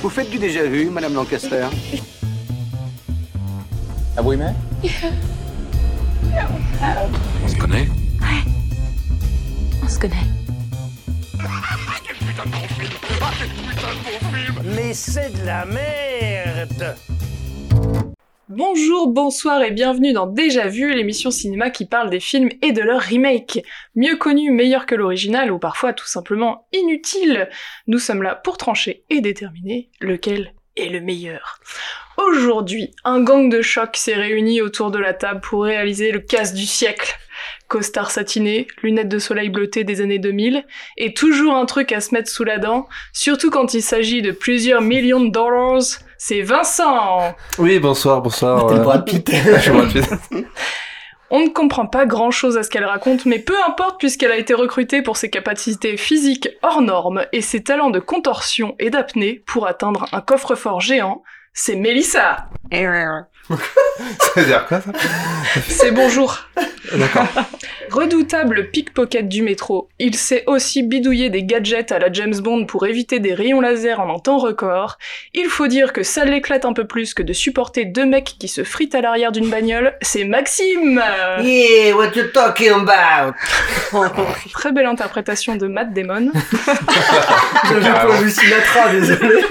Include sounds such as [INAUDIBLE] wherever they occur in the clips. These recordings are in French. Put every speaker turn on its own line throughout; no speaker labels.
Vous faites du déjà vu, Madame Lancaster
Ah oui, mais
On se connaît
On se connaît.
Mais c'est de la merde
Bonjour, bonsoir et bienvenue dans Déjà Vu, l'émission cinéma qui parle des films et de leurs remakes. Mieux connus, meilleurs que l'original ou parfois tout simplement inutiles, nous sommes là pour trancher et déterminer lequel est le meilleur. Aujourd'hui, un gang de choc s'est réuni autour de la table pour réaliser le casse du siècle. Costard satiné, lunettes de soleil bleutées des années 2000, et toujours un truc à se mettre sous la dent, surtout quand il s'agit de plusieurs millions de dollars, c'est Vincent
Oui, bonsoir,
Oh
bonsoir. euh,
Pitt.
je suis Brad Pitt.
On ne comprend pas grand chose à ce qu'elle raconte, mais peu importe puisqu'elle a été recrutée pour ses capacités physiques hors normes et ses talents de contorsion et d'apnée pour atteindre un coffre-fort géant. C'est Mélissa
Ça veut dire quoi ça
C'est bonjour
D'accord.
Redoutable pickpocket du métro, il sait aussi bidouiller des gadgets à la James Bond pour éviter des rayons laser en un temps record. Il faut dire que ça l'éclate un peu plus que de supporter deux mecs qui se fritent à l'arrière d'une bagnole, c'est Maxime
Yeah, what you talking about
Très belle interprétation de Matt Damon.
Je joue pour
Lucie Sinatra, désolé.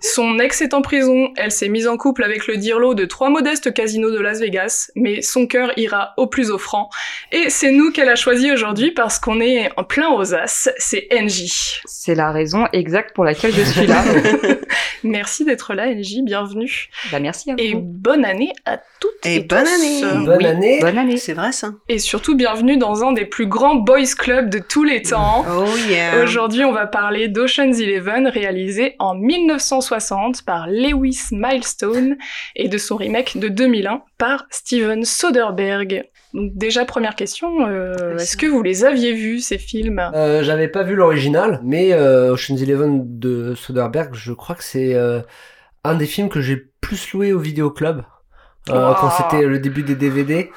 Son ex est en prison, elle s'est mise en couple avec le dirlo de trois modestes casinos de Las Vegas, mais son cœur ira au plus offrant. Et c'est nous qu'elle a choisi aujourd'hui parce qu'on est en plein rosace, c'est NJ.
C'est la raison exacte pour laquelle je suis là.
Merci d'être là NJ, bienvenue.
bah, merci à vous.
Et bonne année à toutes et,
Et bonne
tous.
année.
Euh,
Bonne
Oui,
année
Bonne année.
C'est vrai ça.
Et surtout bienvenue dans un des plus grands boys clubs de tous les temps.
Oh yeah.
Aujourd'hui, on va parler d'Ocean's Eleven, réalisé en 1960 par Lewis Milestone et de son remake de 2001 par Steven Soderbergh. Donc déjà, première question, euh,
Oui,
est-ce
ça.
que vous les aviez vus, ces films
Euh, J'avais pas vu l'original, mais euh, Ocean's Eleven de Soderbergh, je crois que c'est euh, un des films que j'ai plus loué au vidéoclub. Euh,
Wow.
Quand c'était le début des DVD.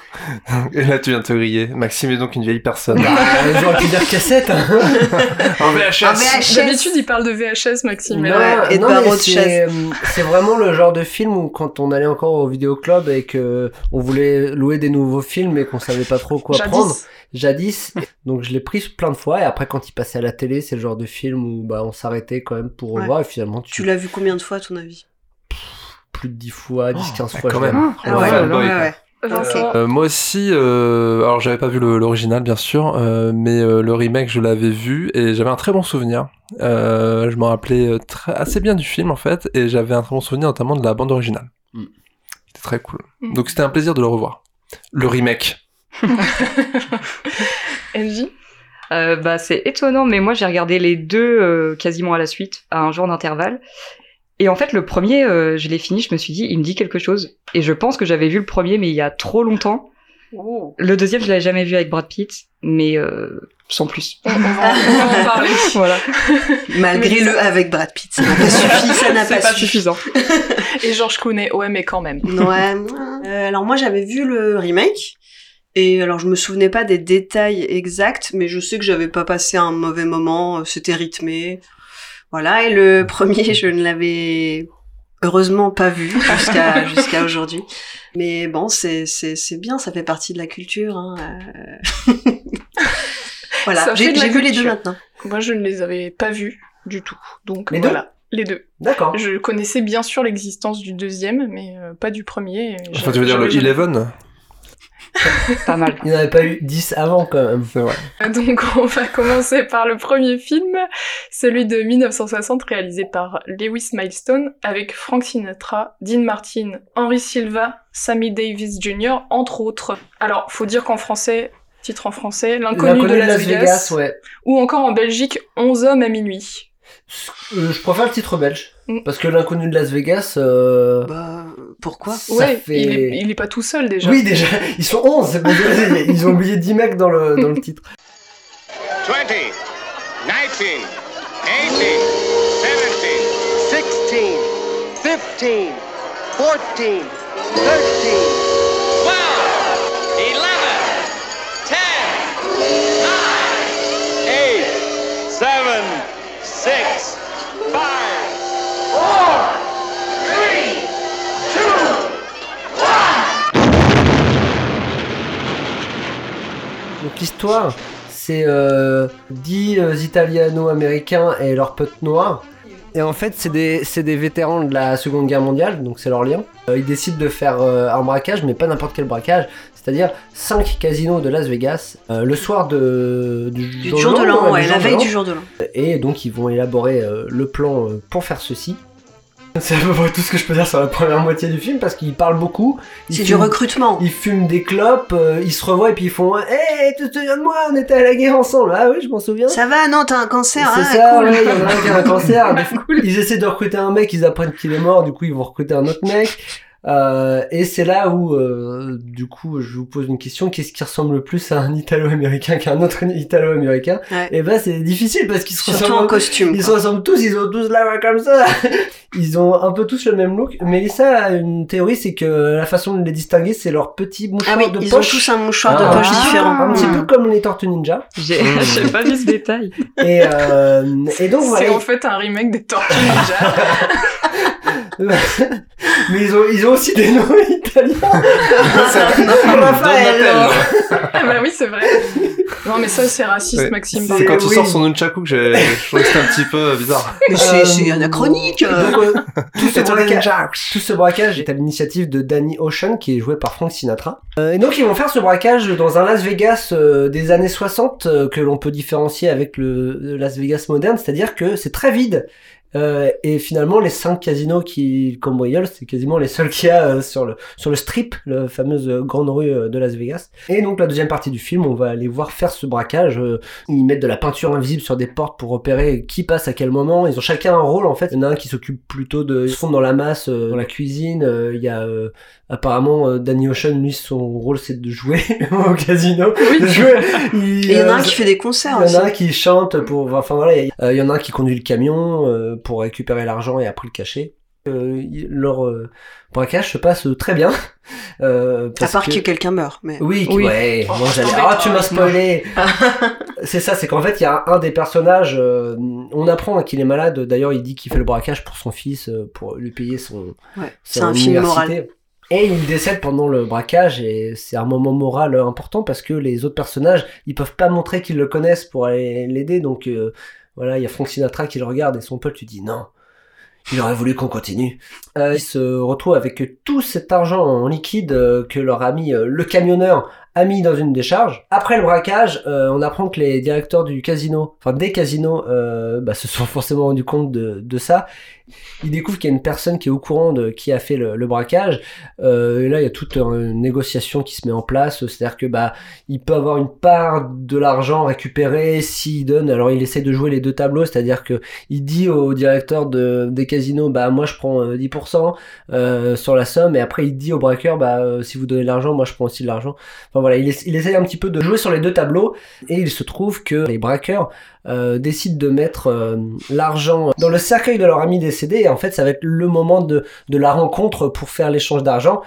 Et là, tu viens de te griller. Maxime est donc une vieille personne.
Euh, J'aurais pu dire cassette. hein.
en VHS.
Ah, VHS.
D'habitude, ils parlent de VHS, Maxime. mais
Non,
là-
et de
non, mais
barreaux de
c'est euh,
chaise.
c'est vraiment le genre de film où quand on allait encore au vidéoclub et que on voulait louer des nouveaux films et qu'on savait pas trop quoi prendre
Jadis. [LAUGHS]
jadis donc je l'ai pris plein de fois et après quand il passait à la télé c'est le genre de film où bah on s'arrêtait quand même pour
Ouais.
revoir et finalement tu
Tu
l'as
l'as vu combien de fois à ton avis
plus de 10 fois 10 15
ouais,
fois
Oh, bah, quand
je l'ai-
même.
Ah
ouais,
ouais,
boy, quoi.
Vincent,
Euh, moi aussi, euh, alors j'avais pas vu le- l'original bien sûr, euh, mais euh, le remake je l'avais vu et j'avais un très bon souvenir. Euh, je m'en rappelais euh, très- assez bien du film en fait et j'avais un très bon souvenir notamment de la bande originale.
Mm.
C'était très cool.
Mm.
Donc c'était un plaisir de le revoir. Le remake.
[LAUGHS]
NJ
Euh, bah, c'est étonnant, mais moi j'ai regardé les deux euh, quasiment à la suite, à un jour d'intervalle. Et en fait, le premier, euh, je l'ai fini, je me suis dit, il me dit quelque chose. Et je pense que j'avais vu le premier, mais il y a trop longtemps. Le deuxième, je l'avais jamais vu avec Brad Pitt, mais euh, sans plus.
on, on va, on va en parler.
[LAUGHS] voilà,
Malgré
Mais
le avec Brad Pitt, ça n'a pas suffi, ça n'a
c'est
pas,
pas
suffi.
suffisant.
Et Georges Clooney, ouais, mais quand même. [LAUGHS]
Ouais. Euh, alors moi j'avais vu le remake et alors je me souvenais pas des détails exacts, mais je sais que j'avais pas passé un mauvais moment, euh, c'était rythmé, voilà. Et le [LAUGHS] premier je ne l'avais heureusement pas vu [LAUGHS] jusqu'à jusqu'à aujourd'hui, mais bon c'est c'est c'est bien, ça fait partie de la culture. Hein. euh. [LAUGHS]
Ça
voilà,
fait
j'ai
de la
j'ai vu les deux
culture.
maintenant.
Moi, je ne les avais pas vus du tout. Donc
Les deux
voilà, les deux.
d'accord
Je connaissais bien sûr l'existence du deuxième, mais euh, pas du premier.
Enfin tu veux dire le
J'avais-
Eleven
pas mal.
il n'y en avait pas eu 10 avant quand même
C'est vrai.
[LAUGHS] Donc on va commencer par le premier film, celui de 1960 réalisé par Lewis Milestone avec Frank Sinatra, Dean Martin, Henry Silva, Sammy Davis Jr. entre autres. Alors faut dire qu'en français, titre en français, l'inconnu de,
L'inconnu
Las, Vegas,
ouais
ou encore en Belgique, 11 hommes à minuit.
Euh, je préfère le titre belge
Mm.
parce que l'inconnu de Las Vegas euh,
Bah pourquoi
ça
Ouais,
fait-
il, est, il est pas tout seul déjà.
Oui, déjà, [LAUGHS] ils sont 11, c'est bon, désolé, ils ont oublié 10 mecs dans le, dans le titre.
20, 19, 18, 17, 16, 15, 14, 13, 12, 11, 10, 9, 8, 7, 6, 5,
l'histoire, c'est euh, dix euh, italiano-américains et leurs potes noirs. Et en fait, c'est des, c'est des vétérans de la Seconde Guerre mondiale, donc c'est leur lien. Euh, ils décident de faire euh, un braquage, mais pas n'importe quel braquage, c'est-à-dire 5 casinos de Las Vegas euh, le soir de,
Du jour de l'an, ouais, la veille du jour de l'an.
Et donc, ils vont élaborer euh, le plan euh, pour faire ceci. [LAUGHS] C'est à peu près tout ce que je peux dire sur la première moitié du film parce qu'ils parlent beaucoup. Ils
C'est du
fument-
recrutement.
ils fument des clopes, euh, ils se revoient et puis ils font Hé, tu te souviens de moi On était à la guerre ensemble. Ah oui, je m'en souviens.
Ça va, non, t'as un
c'est
cancer,
ça,
ah, cool.
ouais, il y en a un
[LAUGHS]
qui a un cancer. Des fois, Ils essaient de recruter un mec, ils apprennent qu'il est mort, du coup ils vont recruter un autre mec. Euh, et c'est là où, euh, du coup, je vous pose une question qu'est-ce qui ressemble le plus à un Italo-américain qu'à un autre Italo-américain
Ouais.
Et ben, c'est difficile parce qu'ils se
Surtout
ressemblent
en costume.
ils se
quoi.
ressemblent tous, ils ont tous la main comme ça. [LAUGHS] Ils ont un peu tous le même look. Mélissa a une théorie, c'est que la façon de les distinguer, c'est leur petit mouchoir
Ah oui,
de
ils ont
poche.
tous un mouchoir
Ah.
de poche
Ah.
différent.
Un petit
[LAUGHS]
peu comme les Tortues Ninja. [LAUGHS]
J'ai [LAUGHS] j'ai pas vu ce détail.
Et,
[LAUGHS]
euh, et donc
C'est
voilà.
en fait un remake des Tortues Ninja.
Mais ils ont, ils ont aussi des noms italiens.
Ah,
Raphaël.
ah bah oui, c'est
[LAUGHS]
vrai. Non, mais ça, c'est raciste,
Ouais.
Maxime.
C'est quand tu
oui.
sors son nunchaku que j'ai je trouve que c'est un petit peu bizarre.
Mais c'est c'est anachronique. euh.
Donc, euh, tout, ce
Tortues
braquage, tout ce braquage est à l'initiative de Danny Ocean, qui est joué par Frank Sinatra. Euh, et donc, ils vont faire ce braquage dans un Las Vegas euh, des années 60, euh, que l'on peut différencier avec le le Las Vegas moderne, c'est-à-dire que c'est très vide. Euh, et finalement, les cinq casinos qui cambriolent, c'est quasiment les seuls qu'il y a euh, sur le sur le strip, la fameuse euh, grande rue euh, de Las Vegas. Et donc la deuxième partie du film, on va aller voir faire ce braquage. euh, Ils mettent de la peinture invisible sur des portes pour repérer qui passe à quel moment. Ils ont chacun un rôle en fait. Il y en a un qui s'occupe plutôt de ils se fondre dans la masse, euh, dans la cuisine. Euh, Il y a euh, apparemment euh, Danny Ocean, lui son rôle c'est de jouer [LAUGHS] au
[LAUGHS]
casino. De jouer.
Et il y en a un
euh,
qui fait des concerts
il
aussi.
y en a un qui chante pour. Enfin voilà, il y, a- euh, il y en a un qui conduit le camion euh, pour récupérer l'argent et après le cacher. Euh, il- leur euh, braquage se passe euh, très bien. Euh,
À
parce
part
que-
que, quelqu'un meurt. Mais...
Oui, qui-
Oui.
ouais.
Oh,
moi,
je
j'allais-
t'embête,
Ah, tu m'as
hein,
spoilé. [LAUGHS] c'est ça, c'est qu'en fait, il y a un des personnages. euh, on apprend hein, qu'il est malade. D'ailleurs, il dit qu'il fait le braquage pour son fils, euh, pour lui payer son,
Ouais,
c'est
c'est un film moral.
Et il décède pendant le braquage et c'est un moment moral euh, important parce que les autres personnages, ils peuvent pas montrer qu'ils le connaissent pour aller l'aider. Donc euh, voilà, il y a Frank Sinatra qui le regarde et son pote lui dit non. Il aurait voulu qu'on continue. Euh, il se retrouve avec tout cet argent en liquide euh, que leur ami euh, le camionneur a mis dans une décharge. Après le braquage, euh, on apprend que les directeurs du casino, enfin des casinos, euh, bah, se sont [LAUGHS] forcément rendus compte de, de ça il découvre qu'il y a une personne qui est au courant de qui a fait le, le braquage. Euh, et là, il y a toute une négociation qui se met en place. C'est-à-dire que bah, il peut avoir une part de l'argent récupéré s'il donne. Alors, il essaie de jouer les deux tableaux, c'est-à-dire que il dit au directeur de, des casinos, bah moi je prends euh, 10% euh, sur la somme, et après il dit au braqueur, bah euh, si vous donnez de l'argent, moi je prends aussi de l'argent. Enfin voilà, il, essa- il essaie un petit peu de jouer sur les deux tableaux, et il se trouve que les braqueurs euh, décident de mettre euh, l'argent dans le cercueil de leur ami décédé. Et en fait, ça va être le moment de, de la rencontre pour faire l'échange d'argent.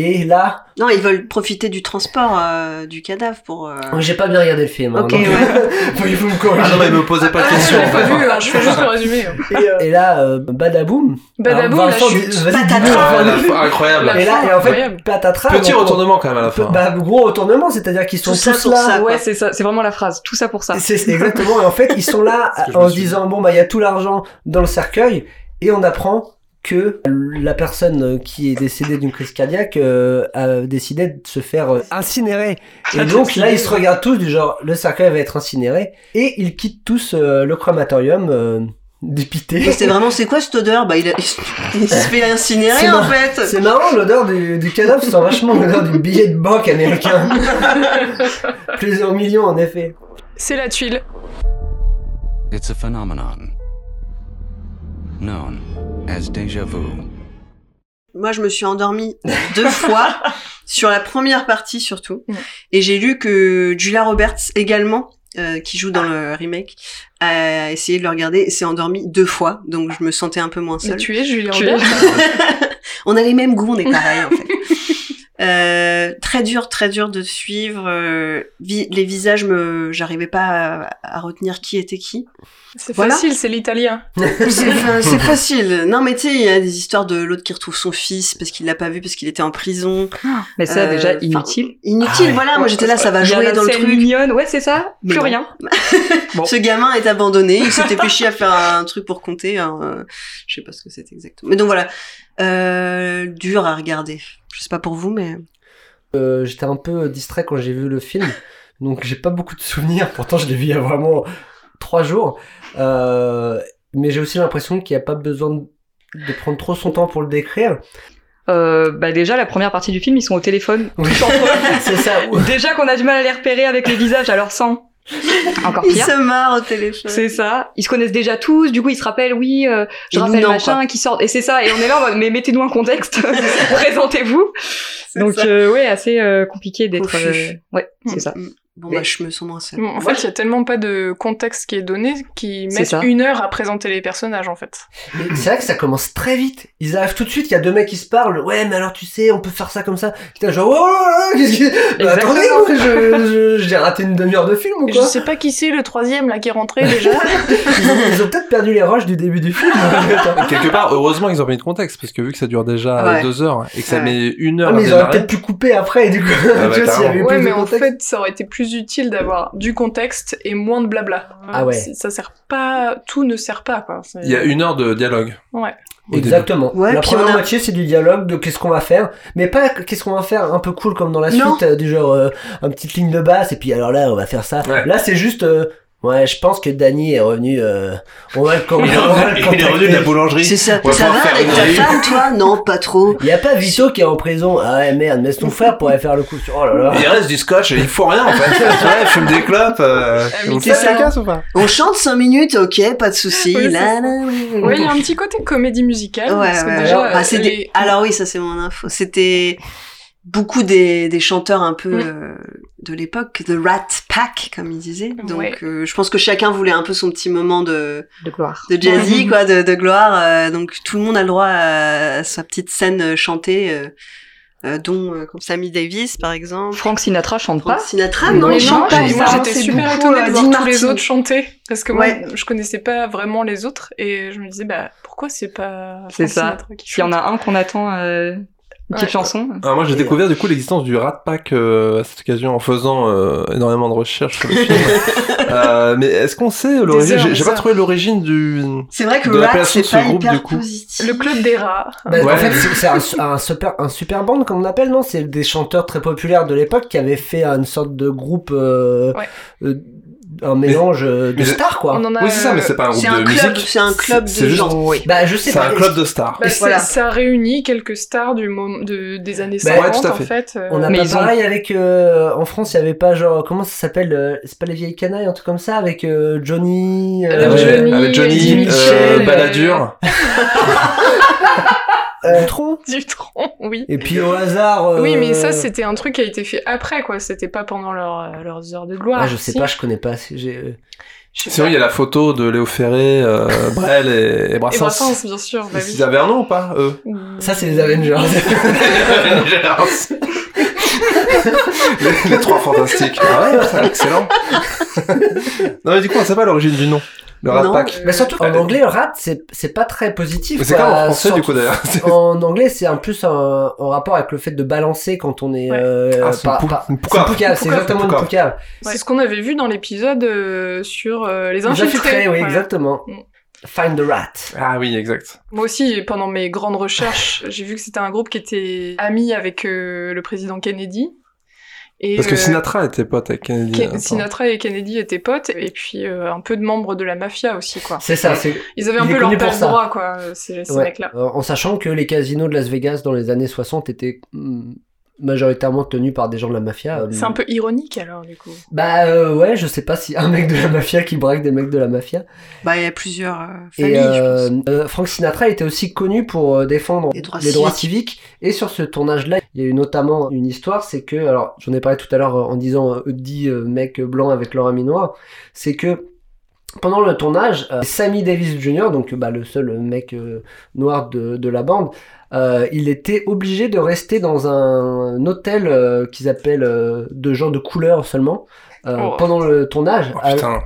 Et là,
Non, ils veulent profiter du transport euh, du cadavre pour. euh,
j'ai pas bien regardé le film. hein,
Ok,
donc- [LAUGHS]
ouais.
Veuillez-vous me
Ah
corriger.
non, mais me posez pas de
Je
questions.
l'ai pas vu, hein, je fais juste le résumé. hein.
et, euh, et là, euh, badaboum.
Badaboum,
Alors,
la
Vincent,
chute.
dis- vas-y,
Patatras.
dis-nous,
Ah,
enfin,
la fin, incroyable.
Et là, et en fait,
Incroyable.
patatras.
Petit
donc, on-
retournement quand même à la fin.
Ah, Bah, gros retournement, c'est-à-dire qu'ils sont
Tout ça
tous
pour
là.
ça.
Ouais, c'est ça, c'est vraiment la phrase. Tout ça pour ça.
C'est c'est exactement. Et en fait, ils
[LAUGHS]
sont là
C'est ce que je
en
me
se
suis
disant bon bah il y a tout l'argent dans le cercueil et on apprend que la personne qui est décédée d'une crise cardiaque euh, a décidé de se faire euh, incinérer.
[LAUGHS]
Et donc là, ils se regardent tous du genre le cercueil va être incinéré et ils quittent tous euh, le crématorium euh, dépités.
Et C'est vraiment, c'est quoi cette odeur Bah, il, a- [LAUGHS] il se fait
C'est
incinérer en
mar-
fait.
C'est marrant, l'odeur du, du cadavre sent vachement l'odeur du billet de
[LAUGHS]
banque américain. [LAUGHS] Plusieurs millions en effet.
C'est la tuile.
It's a phenomenon known as deja vu.
Moi, je me suis endormie
[LAUGHS]
deux fois sur la première partie surtout,
Ouais.
et j'ai lu que Julia Roberts également, euh, qui joue dans
Ah.
le remake, a essayé de le regarder et s'est endormie deux fois, donc je me sentais un peu moins
Mais
seule.
tu es Julien
Tu es-
Robert. [LAUGHS]
on a les mêmes goûts, on est pareil en fait. Euh, très dur, très dur de suivre. euh, vi- les visages, me, j'arrivais pas à, à retenir qui était qui.
C'est
Voilà.
facile, c'est l'italien.
C'est
[LAUGHS]
fa- c'est facile. Non, mais tu sais, il y a des histoires de l'autre qui retrouve son fils parce qu'il l'a pas vu, parce qu'il était en prison.
Mais ça,
Euh,
déjà,
enfin,
inutile.
Inutile,
ouais.
voilà. Moi, j'étais là, ça va
Il y a
jouer
la
dans le
scène
truc.
mignonne, ouais, c'est ça.
Mais
Plus
non.
rien.
Bon.
Ce gamin est abandonné, il s'était fait chier à
[LAUGHS]
faire un truc pour compter, hein, euh, je sais pas ce que c'est exactement. Mais donc voilà, euh, dur à regarder. Je sais pas pour vous, mais
Euh, J'étais un peu distrait quand j'ai vu le film, donc j'ai pas beaucoup de souvenirs. Pourtant, je l'ai vu il y a vraiment trois jours. Euh, mais j'ai aussi l'impression qu'il n'y a pas besoin de de prendre trop son temps pour le décrire. [LAUGHS]
Euh, bah déjà, la première partie du film, ils sont au téléphone.
Oui.
tous entre eux.
C'est ça.
déjà qu'on a du mal à les repérer avec les visages, alors sans. Encore
il
pire.
se marre au téléphone.
C'est ça. Ils se connaissent déjà tous, du coup ils se rappellent, oui, euh, je
Et nous,
rappelle
non,
machin, qui sort. Et c'est ça, et on est là en mode, mais mettez-nous un
[LAUGHS]
contexte, [LAUGHS] présentez-vous.
C'est
Donc,
ça.
euh, ouais, assez euh, compliqué d'être.
Confus.
euh, Ouais, c'est ça.
Mm, mm. Bon,
Mais-
bah, je me sens moins seule.
Bon, en fait, il y a tellement pas de contexte qui est donné qu'ils
C'est
mettent
ça.
une heure à présenter les personnages, en fait.
Et C'est vrai que ça commence très vite. Ils arrivent tout de suite, il y a deux mecs qui se parlent. Ouais, mais alors tu sais, on peut faire ça comme ça. Putain, genre, oh là là, qu'est-ce que. Bah, attendez,
Exactement.
moi, je- je- j'ai raté une demi-heure de film ou
Je
quoi
sais pas qui c'est le troisième là qui est rentré
[LAUGHS]
déjà.
Ils ont, ils ont peut-être perdu les roches du début
[LAUGHS]
du film. en fait, hein.
Et quelque part, heureusement qu'ils ont mis de contexte, parce que vu que ça dure déjà euh,
Ouais.
deux heures et que ça
Ouais.
met une
Ah,
heure à
mais ils auraient
démarrer,
peut-être pu couper après, du coup.
Ah,
bah,
[LAUGHS] tu vois, s'il y avait
carrément.
plus
ouais,
de
mais en
contexte.
fait, ça aurait été plus utile d'avoir du contexte et moins de blabla.
Ah ouais.
C'est- Ça sert pas, tout ne sert pas quoi. C'est-
il y a une heure de dialogue.
Ouais.
Au début.
Exactement.
Ouais,
la
puis
première
on a-
moitié, c'est du dialogue de qu'est-ce qu'on va faire, mais pas qu'est-ce qu'on va faire un peu cool comme dans la
Non.
suite, euh, du genre euh, une petite ligne de basse et puis alors là, on va faire ça.
Ouais.
Là, c'est juste. euh, ouais, je pense que Danny est revenu. euh, on va le con-
[LAUGHS] Il est
on va le
revenu- il est revenu de la
contacter.
boulangerie.
C'est ça.
On va
ça
pouvoir
va
faire
avec
une
ta
revue.
femme, toi Non, pas trop.
[LAUGHS]
Il y a pas Vito qui est en prison. Ah ouais, merde, mais ton frère pourrait faire le coup sur. Oh là là.
Il reste du scotch, il faut rien en fait.
[LAUGHS]
Tu vois, je fume des clopes. euh,
Ah, mais
Vous
c'est
faites
ça.
la casse ou pas
On chante cinq minutes, ok, pas de souci.
Oui, c'est
Là,
ça.
là, là.
Ouais, il y a un petit côté comédie musicale.
Ouais,
parce que
ouais,
déjà,
ouais. Ah, c'est
euh,
des-
les-
Alors oui, ça c'est mon info. C'était beaucoup des, des chanteurs un peu
Mm.
euh, de l'époque, The Rat Pack comme ils disaient. Donc
Ouais.
euh, je pense que chacun voulait un peu son petit moment de,
De gloire.
de jazzy, quoi, de, de gloire. euh, donc tout le monde a le droit à, à sa petite scène euh, chantée, euh, euh, dont euh, comme Sammy Davis par exemple.
Frank Sinatra chante
Frank
pas.
Sinatra,
Mais
non, il
non,
chante pas.
j'ai-
ça,
moi j'étais
c'est
super
beaucoup,
étonnée
euh,
de voir
Dean
tous les
Martin.
autres chanter parce que
Ouais.
moi je connaissais pas vraiment les autres et je me disais bah pourquoi c'est pas
C'est
Frank
ça.
Sinatra qui
S'il y en a un qu'on attend, euh, une petite
Ouais.
chanson.
Ah, moi j'ai découvert du coup l'existence du Rat Pack euh, à cette occasion en faisant euh, énormément de recherches sur le
[LAUGHS]
film. Euh, mais est-ce qu'on sait l'origine
heures,
J'ai- J'ai
des
pas
heures.
trouvé l'origine du.
C'est vrai que
de
Rat
l'appellation de
c'est
ce
pas
groupe, du
hyper
coup.
positif.
chante. le club des rats
Bah, En
Ouais.
fait, c'est- c'est un, un super, un super band, comme on appelle, non C'est des chanteurs très populaires de l'époque qui avaient fait une sorte de groupe. euh,
Ouais.
euh, un mélange euh, de
mais-
stars, quoi.
on en a euh,
Oui, c'est ça, mais c'est pas un groupe
C'est
de
un club,
musique.
c'est un club
C'est
de
juste-
gens.
Bah, je sais
C'est
pas.
un club de stars.
bah,
Et
c'est-
voilà.
ça réunit quelques stars du mom- de, des années
Bah,
50
ouais, tout à
en
fait.
fait euh,
On a
Mais
pas
ils ont-
pareil avec euh, en France, il y avait pas genre comment ça s'appelle euh, C'est pas les vieilles canailles, un truc comme ça avec euh, Johnny. euh,
Avec Johnny,
avec
Eddie
Johnny,
Mitchell,
euh, Balladur.
euh, Boutron.
[LAUGHS] du tronc oui
Et puis au hasard. euh,
oui mais ça c'était un truc qui a été fait après quoi c'était pas pendant leur, euh, leurs heures de gloire
Ah, je sais
Si.
pas, je connais pas. c'est- j'ai, euh,
Je sais
Sinon,
pas.
il y a la photo de Léo Ferré,
[LAUGHS]
euh, Brel et, et
et
Brassens.
Brassens bien sûr bah oui.
Ils avaient un nom ou pas,
[LAUGHS]
eux
Ça, c'est
Euh,
les Avengers.
les, les trois fantastiques. Ah ouais, putain, excellent. non, mais du coup, on sait pas l'origine du nom. Le Rat
Non.
Pack.
[LAUGHS] Mais bah, surtout
euh,
euh, en anglais, le rat, c'est c'est pas très positif.
euh, Mais c'est
quoi.
comme en français,
Bah, Surtout-
du coup, d'ailleurs. C'est-
En anglais, c'est un plus un- en rapport avec le fait de balancer quand on est.
Ouais.
euh,
[LAUGHS] Ah, c'est
par-
une pou-
par-
une
c'est une
poucave.
poucave, c'est
Poucave,
exactement une
poucave.
poucave.
C'est ce qu'on avait vu dans l'épisode euh, sur euh, les
Les
infiltrés.
infiltrés, oui,
voilà.
exactement.
Mm.
Find the rat.
Ah oui, exact.
Moi aussi, pendant mes grandes
[LAUGHS]
recherches, j'ai vu que c'était un groupe qui était ami avec euh, le président Kennedy. Et,
Parce que
euh,
Sinatra était pote avec Kennedy.
Ken-
Attends.
Sinatra et Kennedy étaient potes, et puis euh, un peu de membres de la mafia aussi, quoi.
C'est ça, c'est
Ils avaient un
Il est
peu leur
connu pour
passe
ça.
droit, quoi, euh, ces, ces
Ouais.
mecs-là.
Euh, en sachant que les casinos de Las Vegas dans les années 60 étaient mm, majoritairement tenus par des gens de la mafia. euh,
C'est un peu ironique, alors, du coup.
Bah euh, ouais, je sais pas si un mec de la mafia qui braque des mecs de la mafia.
Bah, il y a plusieurs euh, familles,
Et euh,
je pense.
euh, Frank Sinatra était aussi connu pour euh, défendre
Les droits
les droits civiques. Et sur ce tournage-là, il y a eu notamment une histoire, c'est que, alors j'en ai parlé tout à l'heure euh, en disant euh, 10 euh, mecs blancs avec leur ami noir, c'est que pendant le tournage, euh, Sammy Davis Jr., donc euh, bah, le seul euh, mec euh, noir de, de la bande, euh, il était obligé de rester dans un, hôtel euh, qu'ils appellent euh, de gens de couleur seulement euh,
Oh.
pendant le tournage.
Oh,
à-
putain.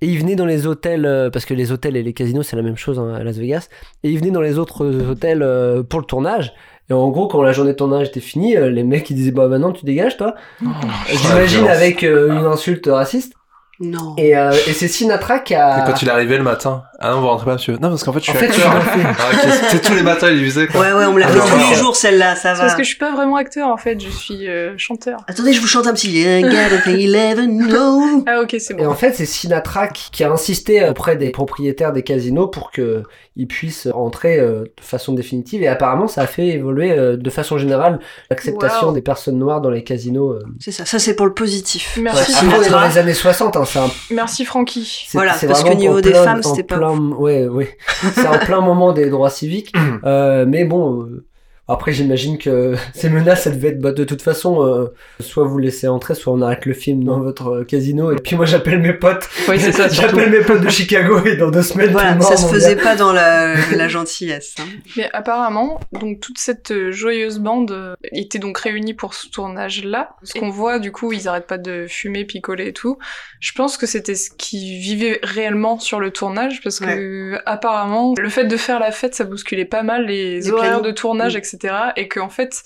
et il venait dans les hôtels, euh, parce que les hôtels et les casinos, c'est la même chose hein, à Las Vegas. Et il venait dans les autres hôtels euh, pour le tournage. Et en gros, quand la journée de tournage était finie, euh, les mecs ils disaient Bah maintenant tu dégages toi. Euh, J'imagine
violence.
avec euh, une insulte raciste.
Non.
Et, euh, et c'est Sinatra qui
Et
a.
quand il est arrivé le matin, ah non, vous rentrez pas, monsieur. Non, parce qu'en fait, je
Ah, En
suis
fait, je suis
acteur.
dans le film.
Ah, ok, c'est tous les matins, il lui faisait quoi.
Ouais, ouais, on me l'a
Ah,
fait
non,
tous
non.
les jours, celle-là, ça
C'est parce
va.
que je suis pas vraiment acteur en fait, je suis euh, chanteur.
Attendez, je vous chante un petit. I gotta pay 11, no.
Ah ok, c'est
Et
bon.
en fait, c'est Sinatra qui, qui a insisté auprès des propriétaires des casinos pour qu'ils puissent entrer euh, de façon définitive. Et apparemment, ça a fait évoluer euh, de façon générale l'acceptation
Wow.
des personnes noires dans les casinos. euh.
C'est ça, ça c'est pour le positif.
Merci,
Après, on est dans
Sinatra.
les années 60, hein, c'est un
Merci Francky.
C'est-
Voilà,
c'est
parce
vraiment
qu'au niveau
en
des
plein-
femmes,
en
c'était pas
plein- Ouais, ouais. C'est en plein moment des
[CLEARS THROAT]
droits civiques. Euh, mais bon, euh, après, j'imagine que [LAUGHS] ces menaces, ça devait être bah, de toute façon, euh, soit vous laissez entrer, soit on arrête le film dans votre euh, casino. Et puis moi, j'appelle mes potes.
Oui, c'est
[LAUGHS]
[LAUGHS]
ça, surtout.
J'appelle mes potes de Chicago et dans deux semaines, tout
Voilà,
le monde
ça se
en
faisait
vient.
pas dans [LAUGHS] la, la gentillesse. hein.
Mais apparemment, donc toute cette euh, joyeuse bande euh, était donc réunie pour ce tournage-là. Ce qu'on voit, du coup, ils arrêtent pas de fumer, picoler et tout. Je pense que c'était ce qu'ils vivaient réellement sur le tournage, parce que apparemment, le fait de faire la fête, ça bousculait pas mal les
Les
horaires
plannings.
de tournage,
Mm.
etc. Et qu'en fait,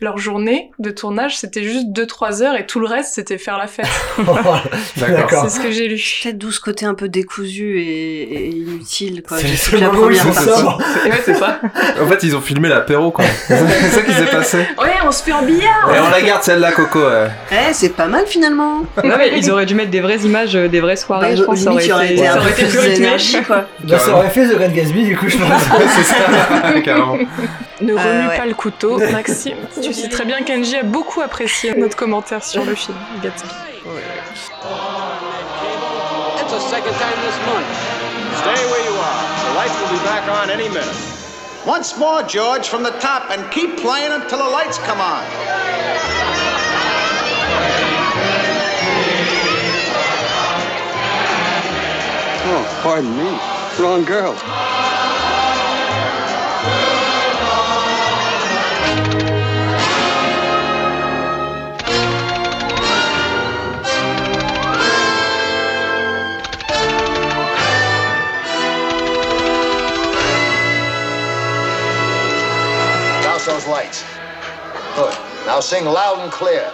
leur journée de tournage, c'était juste 2-3 heures et tout le reste, c'était faire la fête.
D'accord.
C'est ce que j'ai lu.
Peut-être d'où ce côté un peu décousu et, et inutile, quoi.
C'est
J'ai
le
toute
seul
la
moment où ils
première
sont
partie.
sobres.
[LAUGHS] Ouais, c'est ça. En fait, ils ont filmé l'apéro, [LAUGHS] quoi. c'est ça qui s'est passé.
Ouais, on se fait un billard
Et on la garde, celle-là, Coco. euh. ouais.
Eh, c'est pas mal finalement.
Non, mais ils auraient dû mettre des vraies images, euh, des vraies soirées.
Bah,
je pense que ça aurait
limite,
été,
il y aurait été
ça
un
aurait
peu
été
plus
plus rythmé.
d'énergie, quoi.
Bah, ça aurait fait The Red Gatsby, du coup, je pense.
Ouais, [LAUGHS] c'est ça, [LAUGHS] carrément.
Ne remue
Euh, ouais.
pas le
[LAUGHS]
couteau, Maxime. tu sais très bien qu'Angie a beaucoup apprécié notre commentaire sur le film Gatsby.
That's the second time this month. Stay where you are. The lights will be back on any minute. Once more, George, from the top, and keep playing until the lights come on.
Oh, pardon me. Wrong girl.
Douse those lights. Good. Now sing loud and clear.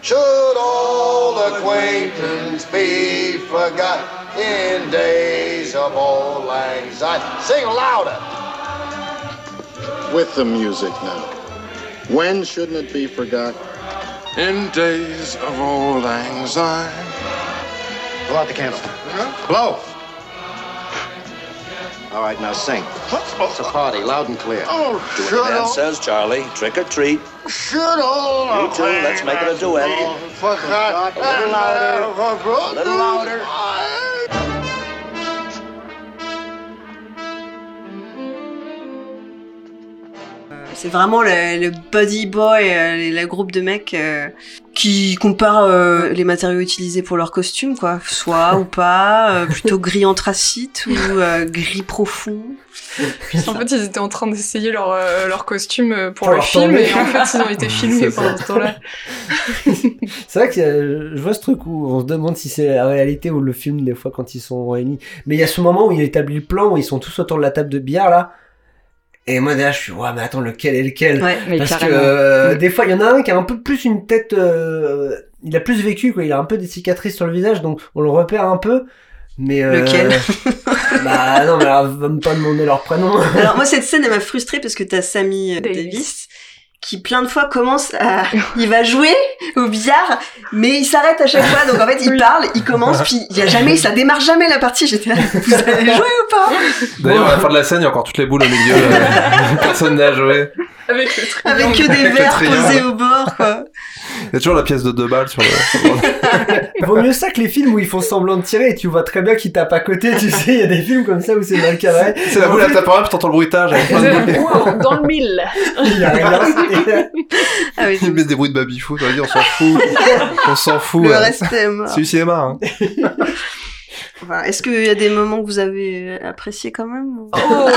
Should old acquaintance be forgot in days of old lang syne? Sing louder. With the music now. When shouldn't it be forgot? In days of old lang syne. Blow out the candle. Blow. All right, now sing. It's a party, loud and clear. Oh, should
Man says, Charlie, trick or treat.
Should all.
You two, let's make it a duet.
Oh, Forgot. A little louder. A
Little louder.
C'est vraiment le, le buddy boy, euh, les- le groupe de mecs euh, qui comparent euh, les matériaux utilisés pour leurs costumes, quoi. Soit ou pas, euh, plutôt gris anthracite ou euh, gris profond.
En fait, ils étaient en train d'essayer leur, euh, leur costume euh, pour,
Pour
le
leur
film,
tournée.
et en fait, ils ont été filmés
[LAUGHS] C'est ça.
pendant ce temps-là.
C'est vrai que euh, je vois ce truc où on se demande si c'est la réalité ou le film des fois quand ils sont réunis. Mais il y a ce moment où il établit le plan où ils sont tous autour de la table de billard là. Et moi derrière je suis ouais mais attends lequel est lequel
Ouais.
Mais
Parce que
carrément.
euh, des fois il y en a un qui a un peu plus une tête, euh, il a plus vécu quoi, il a un peu des cicatrices sur le visage donc on le repère un peu. Mais euh,
Lequel
[LAUGHS] Bah non mais alors, va me pas demander leur prénom.
Alors moi cette scène elle m'a frustrée parce que t'as Sammy euh,
Davis.
Davis. qui plein de fois commence à il va jouer au billard mais il s'arrête à chaque fois donc en fait il parle il commence puis il y a jamais ça démarre jamais la partie j'étais là vous allez jouer ou pas
D'ailleurs, à la fin de la scène, il y a encore toutes les boules au milieu. [LAUGHS] euh, Personne n'a joué.
Avec le truc.
avec que des
Avec le
verres
triangle.
posés au bord quoi
Il y a toujours la pièce de deux balles sur le.
Vaut mieux ça que les films où ils font semblant de tirer et tu vois très bien qu'ils tapent à côté, tu sais, il y a des films comme ça où c'est mal carré.
[LAUGHS] c'est la boule à taper, puis t'entends le bruitage avec plein de boules.
Dans le mille
Il y a rien.
Ah
[LAUGHS]
oui,
Ils mettent des bruits de baby-foot, on va dire, on s'en fout. On s'en fout.
le
ouais.
reste est mort.
C'est du cinéma, hein.
Voilà. Est-ce qu'il y a des moments que vous avez euh, appréciés quand même ou-
Oh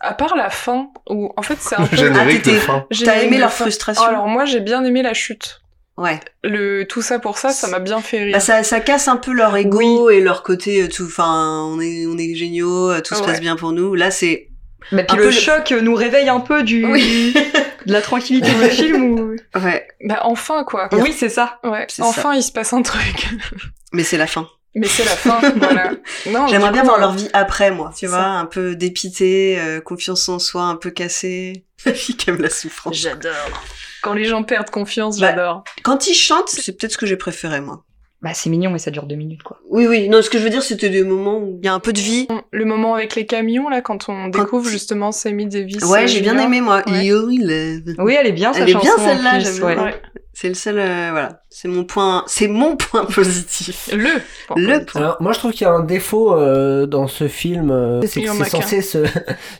À part la fin, où en fait c'est un peu.
Générique de
t'étais-
fin.
J'ai
T'as aimé Oh,
la
leur
fin.
frustration
Alors moi j'ai bien aimé la chute.
Ouais.
Le tout ça pour ça, ça m'a bien fait rire.
Bah, ça, ça casse un peu leur ego et leur côté euh, tout. Enfin, on est, on est géniaux, euh, tout se
Ouais.
passe bien pour nous. Là, c'est.
Mais puis
Un
le
peu-
choc nous réveille un peu du de la tranquillité
[LAUGHS]
du film ou
Ouais.
Bah enfin quoi.
oui c'est ça.
Ouais.
C'est ça.
Enfin il se passe un truc.
Mais c'est la fin.
Mais c'est la
[LAUGHS]
fin. voilà. Non.
J'aimerais
du
bien
coup,
voir
euh,
leur vie après, moi. Tu
c'est
vois, un peu dépité, euh, confiance en soi, un peu cassée. [LAUGHS] La fille qui aime la souffrance.
J'adore. Quand les gens perdent confiance,
Bah,
j'adore.
Quand ils chantent, c'est peut-être ce que j'ai préféré, moi.
Bah c'est mignon mais ça dure deux minutes quoi.
Oui, oui. Non, ce que je veux dire, c'était des moments où il y a un peu de vie.
Le moment avec les camions là, quand on
Quand-
découvre justement Sammy Davis. euh,
Ouais, j'ai bien
Jr.
aimé, moi.
Ouais.
You Love.
Oui elle est bien sa
Elle est bien,
chanson, en
celle-là,
plus,
j'aime
ouais.
bien.
Ouais.
C'est le seul, euh, voilà. C'est mon point, c'est mon point [LAUGHS] positif.
Le. point.
Le point.
Alors, moi, je trouve qu'il y a un défaut euh, dans ce film. euh, c'est que
Il en
c'est
manque un.
censé, se... [LAUGHS]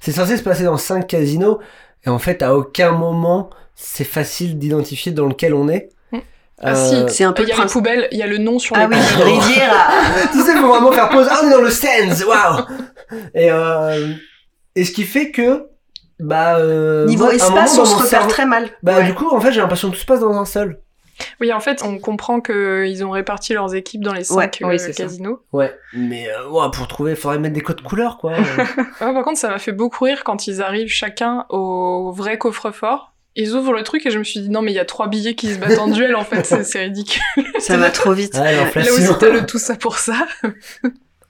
c'est censé se passer dans cinq casinos. Et en fait, à aucun moment, c'est facile d'identifier dans lequel on est. Euh,
Mm. Ah,
[LAUGHS]
si,
C'est un peu
Il y
le
a les
principe.
poubelles, il y a le nom sur
Ah
les
oui,
poubelles. [LAUGHS]
Riviera.
tu sais, faut vraiment faire pause. Ah, on est dans le stands, waouh Et, euh, et ce qui fait que, bah, euh,
Niveau
moi, à un
espace,
moment,
on
dans
se
mon
repère
cerveau-
très mal.
Bah,
Ouais.
du coup, en fait, j'ai l'impression que tout se passe dans un seul.
Oui, en fait, on comprend qu'ils ont réparti leurs équipes dans les
Ouais,
cinq euh,
oui, c'est ça.
casinos.
Ouais. Mais, euh, ouah, pour trouver, faudrait mettre des codes couleurs,
[LAUGHS]
quoi.
Ouais, par contre, ça m'a fait beaucoup rire quand ils arrivent chacun au vrai coffre-fort. Ils ouvrent le truc et je me suis dit, non, mais il y a trois billets qui se battent en duel, en fait, c'est c'est
[LAUGHS]
ridicule. [LAUGHS]
ça va trop vite.
Ah,
Là
l'inflation.
aussi, t'as le tout ça pour ça.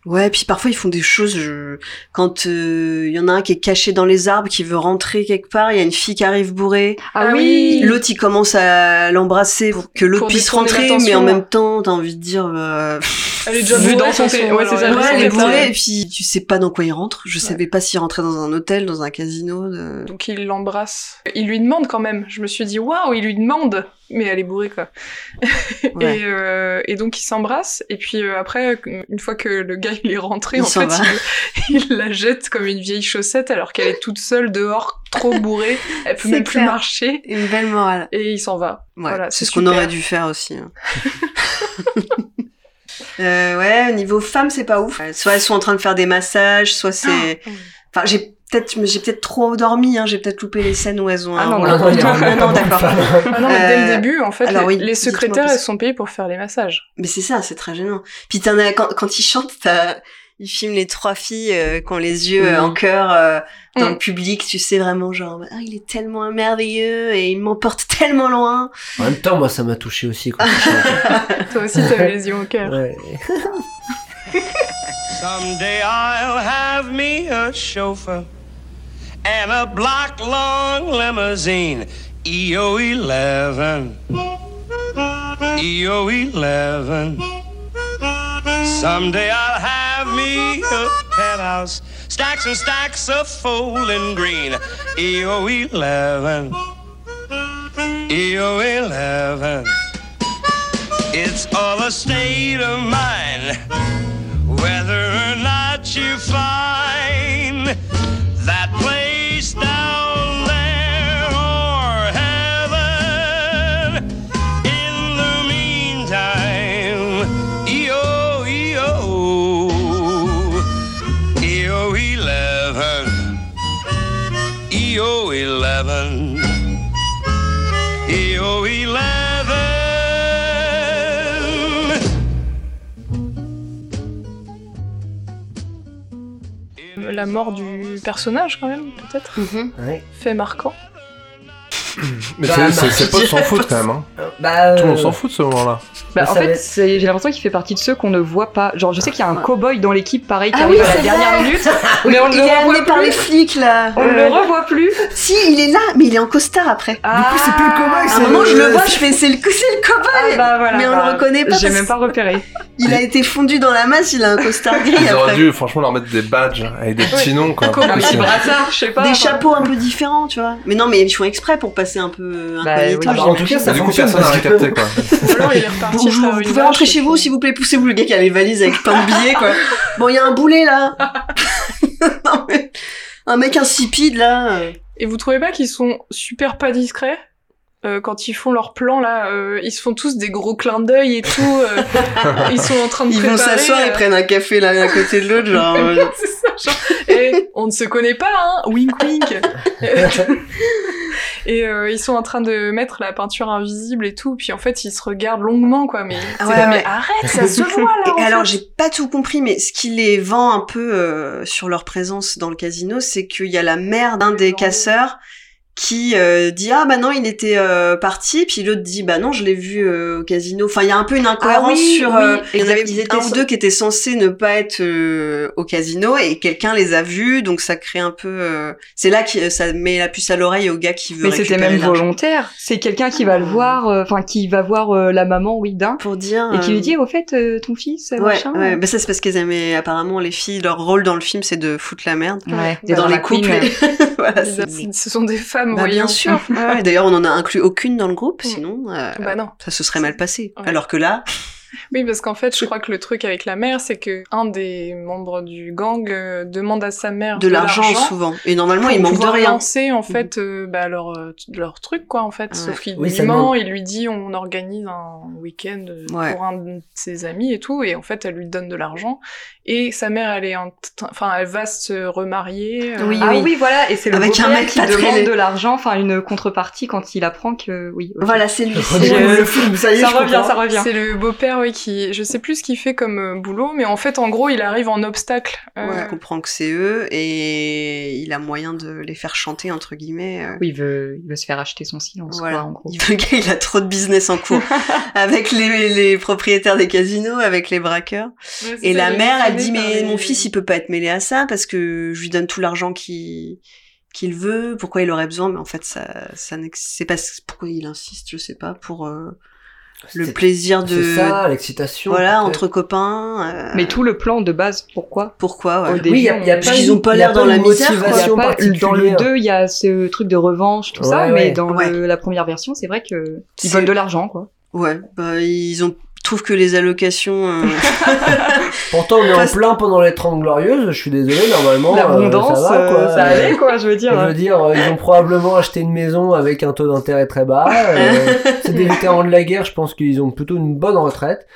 Ouais, puis parfois ils font des choses. je- Quand euh, il y en a un qui est caché dans les arbres, qui veut rentrer quelque part, il y a une fille qui arrive bourrée.
Ah
Ah
oui.
oui.
Le-
L'autre, il commence à l'embrasser pour que l'autre
pour
puisse
détourner
rentrer, mais
l'attention.
en même temps, t'as envie de dire. euh,
Elle est déjà
[LAUGHS]
Vu
bourrée,
dans son
attention,
thé- ouais, c'est ça,
elle est
vu dans
Ouais,
son
elle est
bourrée.
bourrée, et puis tu sais pas dans quoi il rentre. Je savais pas s'il rentrait dans un hôtel, dans un casino. de-
Donc il l'embrasse. Il lui demande quand même. Je me suis dit, waouh, il lui demande. Mais elle est bourrée, quoi. [LAUGHS]
Ouais.
Et, euh, et donc ils s'embrassent. Et puis euh, après, une fois que le gars il est rentré,
Il
en fait,
s'en va.
il, il la jette comme une vieille chaussette alors qu'elle est toute seule dehors, trop bourrée. Elle peut
C'est
même plus
clair.
marcher.
Une belle morale.
Et il s'en va.
Ouais,
Voilà,
c'est
c'est
ce qu'on
super.
aurait dû faire aussi. hein. Euh, ouais, au niveau femmes, c'est pas ouf. Euh, Soit elles sont en train de faire des massages, soit c'est. Enfin, j'ai peut-être, mais j'ai peut-être trop dormi. Hein. J'ai peut-être loupé les scènes où elles ont.
Ah
un
non,
rôle
non,
important.
il y a
Ah non, d'accord.
Ah non, mais dès le
Euh,
début, en fait,
alors
les,
oui,
les
dites-moi
secrétaires,
plus.
elles sont payées pour faire les massages.
Mais c'est ça, c'est très gênant. Puis t'en as quand, quand ils chantent, t'as- ils filment les trois filles euh, qui ont les yeux
Mm.
euh, en cœur euh, dans
Mm.
le public. Tu sais vraiment genre, Ah, il est tellement merveilleux et il m'emporte [LAUGHS] tellement loin.
en même temps, moi, ça m'a touché aussi. Quand je
[LAUGHS]
chantais.
Toi aussi, t'avais les yeux au cœur.
ouais.
Someday I'll have me a chauffeur and a block long limousine. E EO 11. EO 11. Someday I'll have me a penthouse. Stacks and stacks of folding green. E EO 11. EO 11. It's all a state of mind. Whether or not you find that place down there or heaven, in the meantime, E EO, EO, EO 11, EO 11, EO 11.
La mort du personnage, quand même, peut-être.
Mm-hmm.
Ouais.
Fait marquant.
Mais
Bah,
c'est-
bah,
c'est c'est
je
pas de s'en
dirais
foutre
pas
quand même. Hein.
Bah,
Tout le monde
euh,
s'en fout de ce moment-là.
Bah,
Bah,
en
ça
fait
va-
c'est- j'ai l'impression qu'il fait partie de ceux qu'on ne voit pas. Genre je sais qu'il y a un cow-boy dans l'équipe pareil qui
Ah
arrive
oui,
à la
c'est
dernière
vrai. [LAUGHS]
minute. Mais on ne
il
le
est amené
revoit
par les
plus.
flics là.
On ne
Euh,
le revoit plus.
Si, il est là, mais il est en costard après.
Ah.
c'est plus le cow-boy,
À un
c'est
moment,
le-
je le vois, je fais c'est le, co- c'est le cow-boy.
Ah, bah, voilà,
mais on
bah,
le reconnaît pas.
J'ai
parce
même pas repéré.
Il a été fondu dans la masse, il a un costard gris
Ils auraient
après.
dû franchement leur mettre des badges avec des petits noms
Ah
quoi.
Un
Parce
petit
que-
brassard, je sais pas.
Des
enfin.
chapeaux un peu différents, tu vois. Mais non, mais ils font exprès pour passer un peu euh,
Bah,
incognito.
oui.
Ah, bah, en tout cas, ça
du coup,
fonctionne.
personne n'a
parce
rien
que-
capté quoi.
Ou alors il est reparti
Bonjour,
faire
vous
une
pouvez
marche,
rentrer chez
et
vous,
puis-
s'il vous plaît, poussez-vous le gars qui a les valises avec plein de billets,
[LAUGHS]
quoi. Bon, il y a un boulet, là. [LAUGHS] non, mais... Un mec insipide, là. euh.
Et vous trouvez pas qu'ils sont super pas discrets euh, quand ils font leur plan là, euh, ils se font tous des gros clins d'œil et tout. [LAUGHS] euh, ils sont en train de
Ils vont
préparer.
s'asseoir,
euh, Ah
ils prennent un café l'un à côté de l'autre, genre. euh,
[LAUGHS] c'est ça, genre, Eh, on ne se connaît pas, hein Wink [LAUGHS] wink Et euh, ils sont en train de mettre la peinture invisible et tout, puis en fait ils se regardent longuement quoi, mais, c'est
Ah ouais,
là,
ouais.
mais arrête, ça se voit là
[LAUGHS] Et
en
alors,
fait.
j'ai pas tout compris, mais ce qui les vend un peu euh, sur leur présence dans le casino, c'est qu'il y a la mère d'un des casseurs qui euh, dit ah bah non il était euh, parti puis l'autre dit bah non je l'ai vu euh, au casino enfin il y a un peu une incohérence
oui,
sur
oui,
euh, il y en
exact.
avait
Ils étaient
un ou
sans-
deux qui étaient censés ne pas être euh, au casino et quelqu'un les a vus donc ça crée un peu euh, c'est là que ça met la puce à l'oreille au gars qui veut
Mais c'était
récupérer
même
l'argent.
volontaire. C'est quelqu'un qui va le voir, euh, enfin qui va voir euh, la maman, oui, d'un,
pour dire
et qui lui
euh,
dit au fait euh, ton fils,
Ouais,
machin. euh,
ouais. Bah, ça c'est parce qu'elles aimaient apparemment les filles. Leur rôle dans le film c'est de foutre la merde
Ouais,
dans, les couples.
Queen, euh.
euh.
[LAUGHS] Voilà, euh, c'est-
C'est- euh, Ce sont des femmes, hein.
Bah,
voyons.
bien sûr. Ouais, [LAUGHS] ouais. D'ailleurs on en a inclus aucune dans le groupe,
Mm.
sinon euh,
Bah non.
ça se serait mal passé.
Ouais.
Alors que là,
Oui, parce qu'en fait, je crois que le truc avec la mère, c'est que un des membres du gang euh, demande à sa mère
de l'argent souvent. Et normalement il
pour
manque de
pouvoir
rien. Mm-hmm.
lancer en fait euh, bah, leur euh, leur truc quoi en fait
Ouais.
sauf qu'il
Oui,
lui
ça
ment
demande-
il lui dit on organise un week-end euh,
Ouais.
pour un de ses amis et tout et en fait elle lui donne de l'argent et sa mère elle est en t- enfin elle va se remarier euh,
ah oui, voilà, et c'est le
Avec un
beau-père
mec
qui
pas très
demande
laid.
de l'argent, enfin une contrepartie quand il apprend que oui. ok.
Voilà, c'est lui.
Redécouvre le film, ça y est,
Ça
je
revient,
comprends.
ça revient.
c'est le beau-père oui qui je sais plus ce qu'il fait comme euh, boulot mais en fait en gros il arrive en obstacle euh,
On comprend que c'est eux et il a moyen de les faire chanter entre guillemets. euh,
Oui, il veut, il veut se faire acheter son silence,
Voilà.
quoi, en gros.
Il- Le gars, il a trop de business en [LAUGHS] cours avec les, les propriétaires des casinos, avec les braqueurs.
ouais, c'est
Et
ça,
la
il est
mère, elle
traîné
dit
par
mais
les-
mon fils, il peut pas être mêlé à ça parce que je lui donne tout l'argent qu'il qu'il veut. Pourquoi il aurait besoin Mais en fait, ça, ça n'ex- c'est pas pourquoi il insiste, je sais pas, pour euh, le
C'est-
plaisir de
C'est ça, l'excitation.
voilà
peut-être.
entre copains. euh,
Mais tout le plan de base, pourquoi
pourquoi ouais.
Au début,
Oui, il y a, y a
on-
pas
Ils
une-
ont pas
y a
l'air dans la
une
misère,
Il y a
motivation
pas- dans le
particulière.
2, il y a ce truc de revanche, tout ça,
Ouais,
mais
ouais.
dans le-
Ouais.
la première version, c'est vrai que
C'est-
ils veulent de l'argent, quoi.
Ouais, bah ils ont trouvent que les allocations. euh,
Pourtant, on est en
Parce-
plein pendant les 30 glorieuses, je suis désolé,
Oh,
normalement. euh,
L'abondance,
ça va, quoi.
euh, ça allait, quoi,
[LAUGHS]
je veux
Je
dire.
veux dire, euh, ils ont probablement acheté une maison avec un taux d'intérêt très bas.
[LAUGHS]
euh, C'est des vétérans de la guerre, je pense qu'ils ont plutôt une bonne retraite.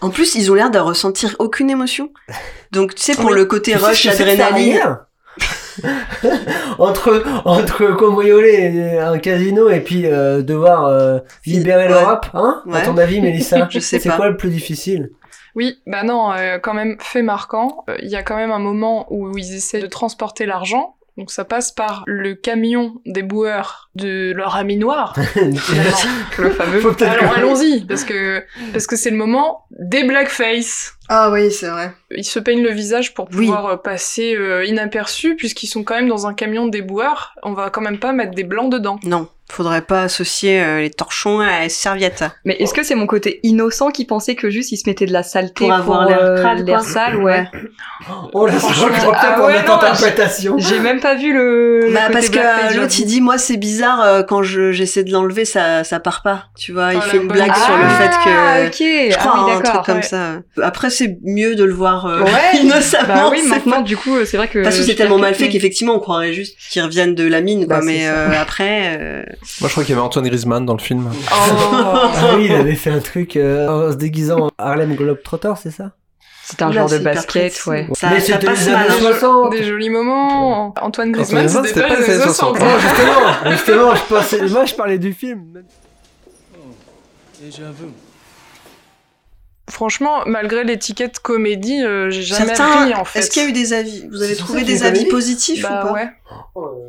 En plus, ils ont l'air de ressentir
[LAUGHS]
aucune émotion. Donc, tu sais, pour
Oui.
le côté
Tu sais
rush
ce que c'est que faire
adrénaline,
rien [LAUGHS] entre entre cambrioler un casino et puis euh, devoir euh, libérer le
Ouais.
rap, hein
Ouais.
À ton avis, Mélissa
[LAUGHS] Je sais
C'est
pas.
quoi le plus difficile
Oui, bah non, euh, quand même fait marquant. Euh, Il y a quand même un moment où ils essaient de transporter l'argent. Donc ça passe par le camion des boueurs de leur ami [LAUGHS] noir. finalement.
le fameux.
Faut peut-être
Alors
que-
allons-y, parce que parce que c'est le moment des blackface.
Ah oui, c'est vrai.
Ils se peignent le visage pour
Oui.
pouvoir euh, passer euh, inaperçus, puisqu'ils sont quand même dans un camion des boueurs. On va quand même pas mettre des blancs dedans.
Non, faudrait pas associer euh, les torchons à la serviette.
Mais est-ce que c'est mon côté innocent qui pensait que juste il se mettait de la saleté
Pour
pour,
avoir l'air
euh,
crade, quoi.
sale, ouais.
Oh là,
Franchement,
je crois
ah
pour
ouais,
notre
non,
interprétation.
[LAUGHS] J'ai même pas vu le. le
Bah,
côté
parce que
blackface,
euh, l'autre,
j'avoue.
il dit, moi, c'est bizarre, euh, quand je- j'essaie de l'enlever, ça, ça part pas. Tu vois, il
Oh,
fait
la
une
bonne
blague
blague.
sur le fait
Ah,
que...
ok.
Je crois hein,
ah, oui,
un truc
d'accord.
comme
ouais.
ça. [LAUGHS] Après, c'est mieux de le voir euh, [LAUGHS]
Ouais.
innocemment.
Bah oui,
c'est
maintenant,
pas-
du coup, euh, c'est vrai que.
Parce que
je
c'est
suis
tellement mal fait
percutée.
qu'effectivement, on croirait juste qu'ils reviennent de la mine, quoi.
Bah, c'est
mais
ça.
euh, après... euh,
Moi, je crois qu'il y avait Antoine Griezmann dans le film.
Oh.
Ah oui, il avait fait un truc euh, en se déguisant en Harlem Globetrotter, c'est ça
C'est un
Là,
genre de
c'est hyper
basket,
précis.
ouais.
Ça,
Mais
ça
c'était
passe
les
mal.
années
hein.
60.
Des jolis moments. Antoine Griezmann,
Griezmann,
c'était pas les années 60.
Non, justement, justement, je pensais, moi je parlais du film.
Franchement, malgré l'étiquette comédie, euh, j'ai jamais
Certains,
ri en fait.
est-ce qu'il y a eu des avis Vous avez
C'est
trouvé
ça, c'est
des
une
avis
comédie
positifs
Bah
ou pas
ouais.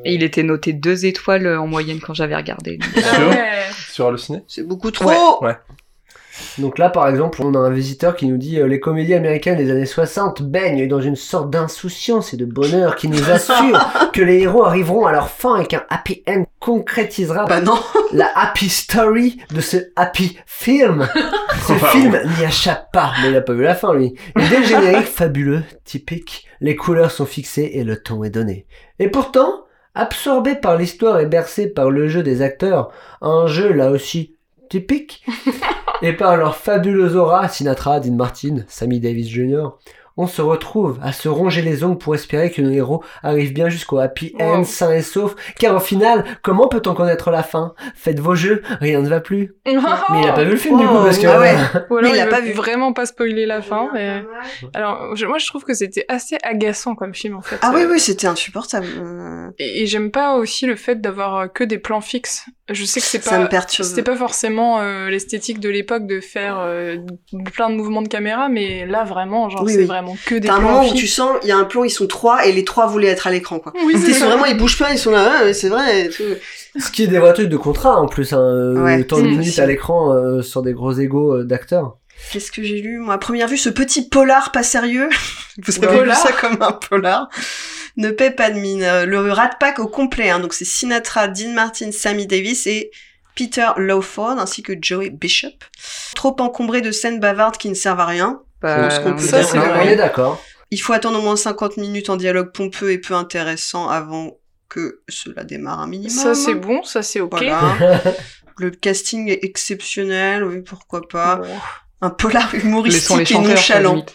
Et il était noté deux étoiles euh, en moyenne quand j'avais regardé. Donc,
Ah ouais.
Sur Allociné
C'est beaucoup trop
Donc là, par exemple, on a un visiteur qui nous dit euh, les comédies américaines des années 60 baignent dans une sorte d'insouciance et de bonheur qui nous [LAUGHS] assure que les héros arriveront à leur fin et qu'un happy end concrétisera
Bah non
la happy story de ce happy film. Ce film n'y échappe pas, mais il a pas vu la fin lui. L'idée générique fabuleux, typique, les couleurs sont fixées et le ton est donné. Et pourtant, absorbé par l'histoire et bercé par le jeu des acteurs, un jeu là aussi [LAUGHS] typique, et par leur fabuleuse aura, Sinatra, Dean Martin, Sammy Davis Jr., on se retrouve à se ronger les ongles pour espérer que nos héros arrivent bien jusqu'au happy end, sains et saufs, car au final, comment peut-on connaître la fin Faites vos jeux, rien ne va plus.
Mais
Mais il a pas vu le film du coup, parce que...
Ah ouais.
Ou alors, il,
Mais il a
veut
pas vu.
vraiment pas spoiler la fin. et- Alors, je- moi, je trouve que c'était assez agaçant comme film, en fait.
Ah oui,
Euh,
oui, c'était insupportable. Euh,
Et, et j'aime pas aussi le fait d'avoir euh, que des plans fixes. Je sais que c'est
Ça
pas,
me perturbe.
c'était pas forcément euh, l'esthétique de l'époque de faire euh, plein de mouvements de caméra, mais là, vraiment, genre,
Oui,
c'est
oui.
vraiment que des
T'as un
plans
moment où
fixes.
tu sens, il y a un plan, ils sont trois, et les trois voulaient être à l'écran, quoi.
Oui,
Ils
c'est
sont
ça.
vraiment, ils bougent pas, ils sont là, ouais, ouais, c'est vrai. et tout.
Ce qui est des vrais trucs de contrat en plus, hein, euh,
Ouais.
tant de
Mm.
minutes à l'écran euh, sur des gros égaux euh, d'acteurs.
Qu'est-ce que j'ai lu, moi, à première vue, ce petit polar pas sérieux. [LAUGHS] Vous avez
Polar.
lu ça comme un polar. Ne paie pas de mine. Euh, Le Rat Pack au complet, hein, donc c'est Sinatra, Dean Martin, Sammy Davis et Peter Lawford, ainsi que Joey Bishop. Trop encombré de scènes bavardes qui ne servent à rien.
Bah,
ce qu'on
on est
peut dire,
d'accord.
c'est
on
vrai.
est d'accord.
Il faut attendre au moins 50 minutes en dialogue pompeux et peu intéressant avant que cela démarre un minimum.
Ça, c'est bon, ça, c'est ok.
Voilà. Le casting est exceptionnel, oui, pourquoi pas.
Bon.
Un polar
Laissons les
humoristique et
chanteurs. quoi,
nonchalant.
limite.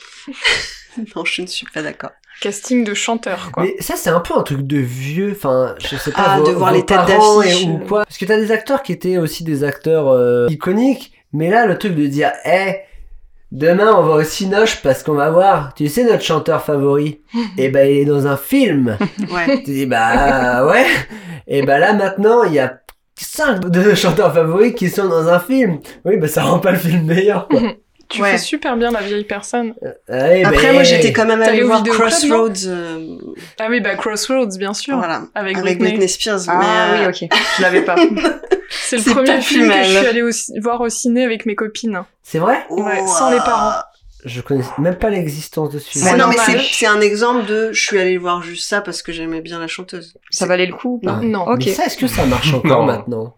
Non, je ne suis pas d'accord.
Casting de chanteurs, quoi.
Mais ça, c'est un peu un truc de vieux. Enfin, je sais pas.
Ah,
vos-
de voir
vos
les têtes
parents
d'affiche.
et- ou quoi. Parce que t'as des acteurs qui étaient aussi des acteurs euh, iconiques. Mais là, le truc de dire, hé, demain on va au Cinoche parce qu'on va voir, tu sais, notre chanteur
[LAUGHS]
favori. et ben, il est dans un film.
Ouais.
tu dis, bah ouais. Et ben là, maintenant, il y a cinq de nos chanteurs favoris qui sont dans un film. Oui, ben ça rend pas le film meilleur. Quoi.
Tu
Ouais.
fais super bien la vieille personne.
Ouais,
Après,
ben,
moi, j'étais quand même
T'es allée
allée
au
voir
vidéoclub, non
Crossroads, euh,
Ah oui, bah Crossroads, bien sûr.
voilà,
Avec,
avec
Whitney.
Britney Spears.
Ah
mais, euh,
oui, ok.
je l'avais pas.
C'est le
C'est
premier
pas
film
plus
que je
mal.
suis allée au ci- voir au ciné avec mes copines.
C'est vrai
Ouais,
Oh,
sans les
euh,
parents.
Je connais même pas l'existence de ce film.
mais
Ouais,
non,
non,
mais
bah,
c'est-
je-
c'est un exemple de je suis allée voir juste ça parce que j'aimais bien la chanteuse.
Ça valait le coup ou pas
Non.
Non.
Ok.
Ah. Mais ça, est-ce que ça marche encore
Non.
maintenant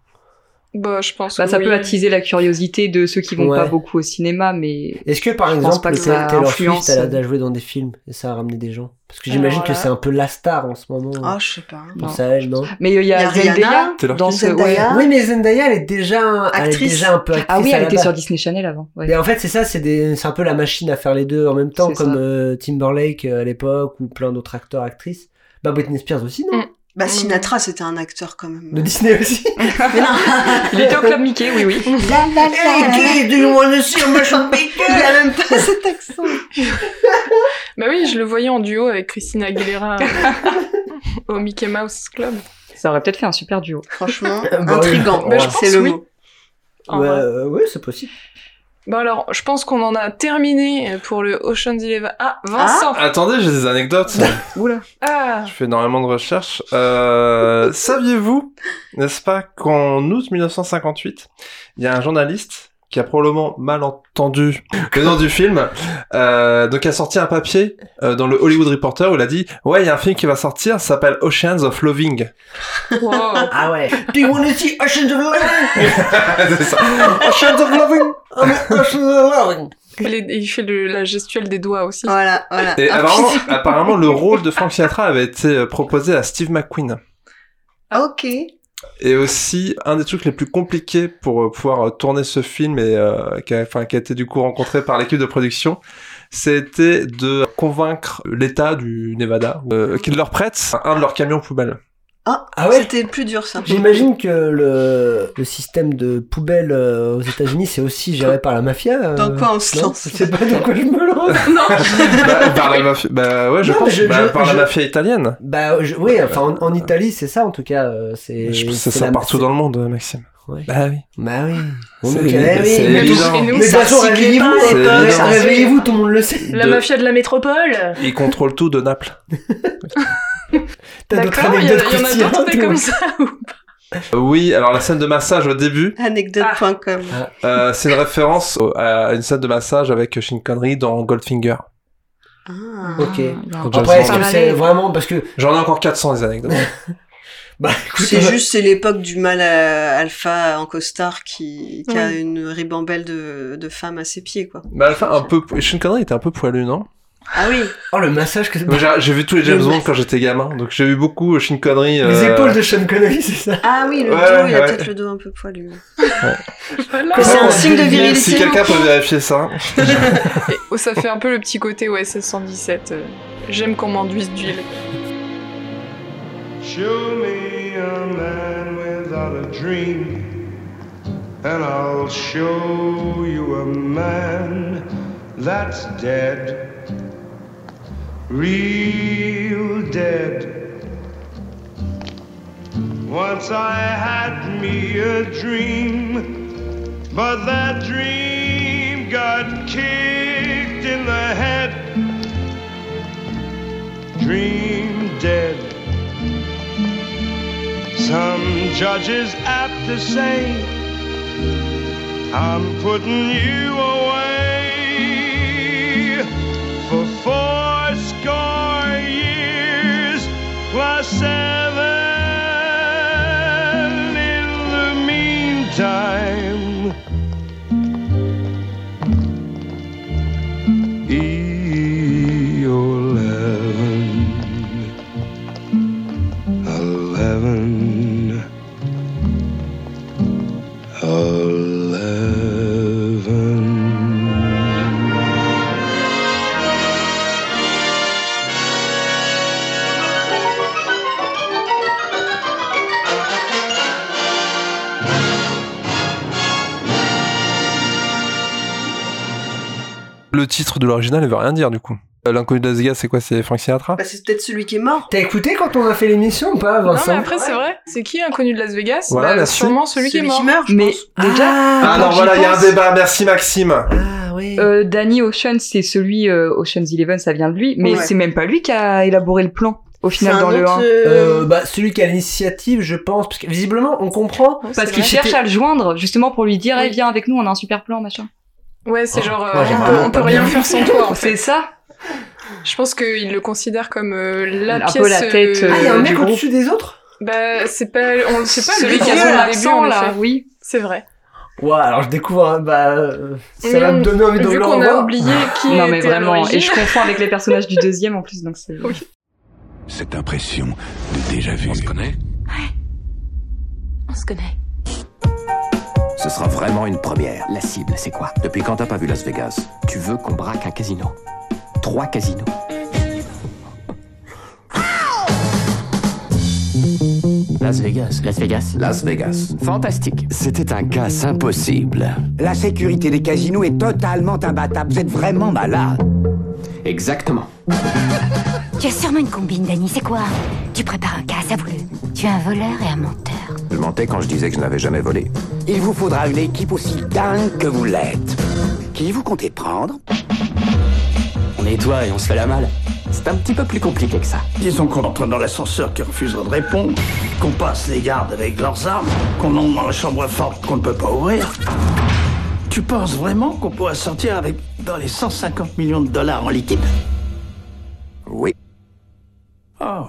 Bah, je pense
Bah,
que
ça
oui.
peut attiser la curiosité de ceux qui vont
Ouais.
pas beaucoup au cinéma, mais
Est-ce que par
Je pense
exemple,
pas que
le
ça
Taylor
influence. euh.
Swift, elle a déjà joué dans des films et ça a ramené des gens Parce que j'imagine
Alors
que
là-
c'est un peu la star en ce moment.
Ah, je sais pas.
pour
non.
ça, elle, non
Mais euh, il y
Il y
a
a Rihanna,
Zendaya
Taylor
dans ce... ouais.
Zendaya.
Oui, mais Zendaya, elle est déjà, elle est
Actrice.
déjà un peu actrice.
Ah oui,
à
elle
la
était
base.
sur Disney Channel avant. ouais.
Et en fait, c'est ça, c'est des- c'est un peu la machine à faire les deux en même temps,
C'est ça.
comme euh, Timberlake euh, à l'époque ou plein d'autres acteurs, actrices. Bah, Britney Spears aussi, non
Mm.
Bah, Sinatra, c'était un acteur quand même.
De Disney aussi
Mais non.
Il était au [LAUGHS] club Mickey, oui, oui.
Hey, do you wanna see my
Il a même pas cet accent.
Bah oui, je le voyais en duo avec Christina Aguilera
[LAUGHS]
euh, au Mickey Mouse Club.
Ça aurait peut-être fait un super duo.
Franchement,
Bah oui.
intrigant.
Bah, je
c'est
pense,
le
oui.
mot.
En
Ouais,
vrai.
euh, ouais, c'est possible.
Bon Bah, alors, je pense qu'on en a terminé pour le Ocean's Eleven. Ah, Vincent
Attendez, j'ai des anecdotes.
Oula.
Ah,
Je fais énormément de recherches. Euh, Saviez-vous, n'est-ce pas, qu'en août 1958, il y a un journaliste qui a probablement mal entendu le nom du film, euh, donc a sorti un papier euh, dans le Hollywood Reporter où il a dit « Ouais, il y a un film qui va sortir, ça s'appelle Oceans of Loving [LAUGHS]
wow.
Ah [LAUGHS] ouais. Do you wanna see Ocean's Eleven ».
C'est ça. Oceans of Loving
Oh, mais Ocean's Eleven
Il est- il fait le- la gestuelle des doigts aussi.
Voilà, voilà.
Et
Ah,
apparemment,
putain.
apparemment, le rôle de Frank Sinatra avait été euh, proposé à Steve McQueen.
Ok.
Et aussi, un des trucs les plus compliqués pour euh, pouvoir euh, tourner ce film et euh, qui, a, enfin, qui a été du coup rencontré par l'équipe de production, c'était de convaincre l'État du Nevada euh, qu'il leur prête un de leurs camions
[LAUGHS]
poubelles.
Ah,
Ah ouais
c'était plus dur ça.
[LAUGHS] J'imagine que le, le système de poubelle euh, aux États-Unis, c'est aussi géré par la mafia. euh,
Dans quoi on se
non
lance
Je sais pas dans quoi je me lance.
[LAUGHS]
[LAUGHS]
bah, par la mafia, bah ouais, je
Non,
pense,
mais je-
bah,
je-
par la
je-
mafia italienne.
Bah je- oui, enfin en, en Italie, c'est ça en tout cas. euh, C'est
Je pense que c'est
c'est
ça
la-
partout
c'est-
dans le monde, euh, Maxime.
Ouais.
Bah oui.
Bah oui.
C'est-
Donc, eh oui,
c'est
mais-
évident.
Et nous,
Mais de toute façon,
Ça, c'est
réveillez-vous,
pas
les
euh,
évident.
réveillez-vous, tout le monde le sait.
La
De-
mafia de la métropole
Ils contrôlent tout de Naples.
T'as d'autres
D'accord, il y, en a-
anecdotes
il y en a
croustillantes,
d'autres, mais
ou-
[LAUGHS]
comme ça. ou-
Euh, Oui, alors la scène de massage au début,
Anecdote.com.
euh, c'est une référence au- à une scène de massage avec Shin Connery dans Goldfinger.
Ah.
Ok.
Ah,
James
Après, est-ce
Bond.
que c'est vraiment parce que
J'en ai encore 400 des anecdotes.
bah écoute,
C'est
euh,
juste, c'est l'époque du mal à alpha en costard qui, qui a une ribambelle de, de femmes à ses pieds, quoi.
Mais à la fin, un peu. Sean Connery était un peu poilu, non
Ah oui.
Oh, le massage que
Moi, j'ai- J'ai vu tous les James Bond quand j'étais gamin, donc j'ai vu beaucoup Shin Connery. euh,
Les épaules de Sean Connery, c'est ça
Ah oui, le
Ouais,
dos, il a
ouais.
peut-être le dos un peu poilu.
Voilà.
Que c'est
Comment
un
on
signe de
devient-
virilité.
Si quelqu'un peut vérifier ça.
Oh, ça fait un peu le petit côté OSS 117. euh, J'aime qu'on m'enduise d'huile.
Show me a man without a dream, and I'll show you a man that's dead, real dead. Once I had me a dream, but that dream got kicked in the head. Dream dead. Some judges apt to say, I'm putting you away for four score years plus seven. In the meantime, E11. 11 11
Le titre de l'original, il veut rien dire du coup. Euh, L'inconnu de Las Vegas, c'est quoi C'est Frank Sinatra
Bah, c'est peut-être celui qui est mort.
T'as écouté quand on a fait l'émission ou pas,
Non, mais
Vincent
après, c'est vrai. C'est qui l'inconnu de Las Vegas Bah,
Voilà, merci.
Sûrement celui, qui est mort.
meurt. je
Mais
pense.
déjà,
euh,
Ah
quand
non,
j'y
voilà, il y a un
pense-
débat. Merci Maxime.
Ah oui.
euh, Danny Ocean, c'est celui euh, Ocean's Eleven, ça vient de lui, mais
Ouais.
c'est même pas lui qui a élaboré le plan au
c'est
final
un
dans le
autre.
1.
euh,
Euh, bah, celui qui a l'initiative, je pense, parce que visiblement, on comprend.
Ouais,
Parce
c'est
qu'il
vrai.
cherche à le joindre justement pour lui dire
Oui.
Eh, viens avec nous, on a un super plan, machin.
Ouais, c'est genre, euh,
Ouais, j'ai
on, peut,
vraiment
on peut
pas
rien
bien
faire sans toi, en
[LAUGHS] C'est
fait.
ça
Je pense qu'il le considère comme euh, la
Un peu
pièce...
la tête,
Ah, il y a
euh,
un
du
mec
groupe.
au-dessus des autres
Bah, c'est pas... On le sait pas,
Celui
le
qui a
gars
son
au début, en
accent là,
effet.
oui.
C'est vrai.
Ouais, alors je découvre, hein, bah, euh, ça va
Mm.
me donner envie de
Vu
le
qu'on a
revoir.
oublié qui
Ah, Non mais
était à
vraiment,
l'origine... [LAUGHS]
et je confonds avec les personnages du deuxième en plus, donc c'est.
Oui.
Cette impression de déjà vu.
On se connaît
On se connaît.
Ce sera vraiment une première. La cible, c'est quoi Depuis quand t'as pas vu Las Vegas Tu veux qu'on braque un casino Trois casinos [LAUGHS] Las Vegas, Las Vegas, Las Vegas. Fantastique. C'était un casse impossible. La sécurité des casinos est totalement imbattable. Vous êtes vraiment malade. Exactement.
Tu as sûrement une combine, Danny, c'est quoi Tu prépares un cas savoureux. Tu es un voleur et un menteur.
Je mentais quand je disais que je n'avais jamais volé. Il vous faudra une équipe aussi dingue que vous l'êtes. Qui vous comptez prendre On nettoie et on se fait la malle. C'est un petit peu plus compliqué que ça.
Disons qu'on entre dans l'ascenseur qui refusera de répondre, qu'on passe les gardes avec leurs armes, qu'on entre dans la chambre forte qu'on ne peut pas ouvrir. Tu penses vraiment qu'on pourra sortir avec dans les 150 millions de dollars en liquide
Oui.
Oh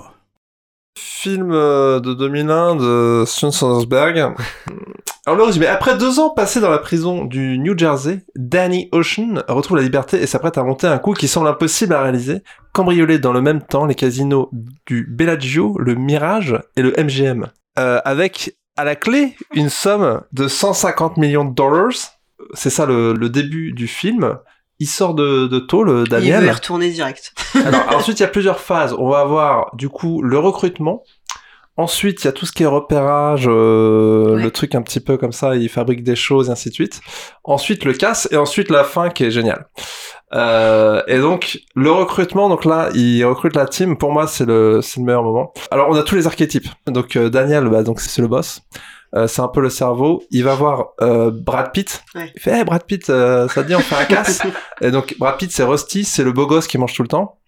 Film euh, de 2001 de Steven Soderbergh. Alors le résumé. Après deux ans passés dans la prison du New Jersey, Danny Ocean retrouve la liberté et s'apprête à monter un coup qui semble impossible à réaliser. Cambrioler dans le même temps les casinos du Bellagio, le Mirage et le MGM. Euh, avec à la clé une somme de 150 millions de dollars. C'est ça le, le début du film. Il sort de, de tôle,
il
Daniel.
veut y retourner direct.
Alors, ensuite, il y a plusieurs phases. On va avoir, du coup, le recrutement. Ensuite, il y a tout ce qui est repérage, euh,
Ouais.
le truc un petit peu comme ça, il fabrique des choses, et ainsi de suite. Ensuite, le casse, et ensuite la fin qui est géniale. Euh, et donc, le recrutement, donc là, il recrute la team. Pour moi, c'est le, c'est le meilleur moment. Alors, on a tous les archétypes. Donc, euh, Daniel, bah, donc c'est le boss. Euh, c'est un peu le cerveau. Il va voir euh, Brad Pitt.
Ouais.
Il fait, hey, Brad Pitt, euh, ça te dit, on fait un casse.
[LAUGHS]
et donc, Brad Pitt, c'est Rusty, c'est le beau gosse qui mange tout le temps.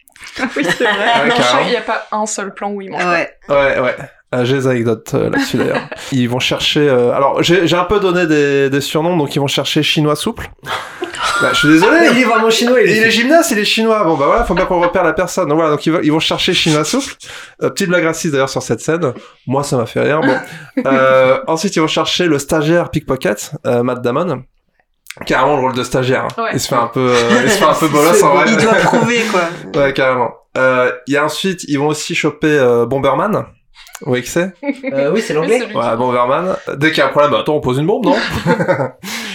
oui, c'est vrai.
Ouais,
Non, je crois
Ah, carrément.
qu'il n'y a pas un seul plan où il mange.
Ah ouais.
Ouais, ouais. Euh, j'ai des anecdotes euh, là-dessus d'ailleurs. Ils vont chercher. euh, Alors, j'ai j'ai un peu donné des, des surnoms, donc ils vont chercher chinois souple. Bah, je suis
Ouais, il
désolé.
est vraiment chinois, il
Il est
est...
gymnaste, il est chinois. Bon, bah voilà, faut bien qu'on repère la personne. Donc voilà, donc ils, vont- ils vont chercher chinois souple. Euh, petite blague raciste d'ailleurs sur cette scène. Moi, ça m'a fait rire. Bon. Euh, ensuite, ils vont chercher le stagiaire pickpocket, euh, Matt Damon. carrément le rôle de stagiaire. hein.
Ouais.
Il se fait un peu, euh, il se fait un peu bolos
[LAUGHS] C'est-
en vrai.
il doit prouver, quoi.
ouais, carrément. Euh, Il y a ensuite, ils vont aussi choper euh, Bomberman. Vous voyez qui c'est
Euh, oui, c'est l'anglais. C'est celui
Ouais, Bomberman. Dès qu'il y a un problème, bah, attends, on pose une
[LAUGHS]
bombe, non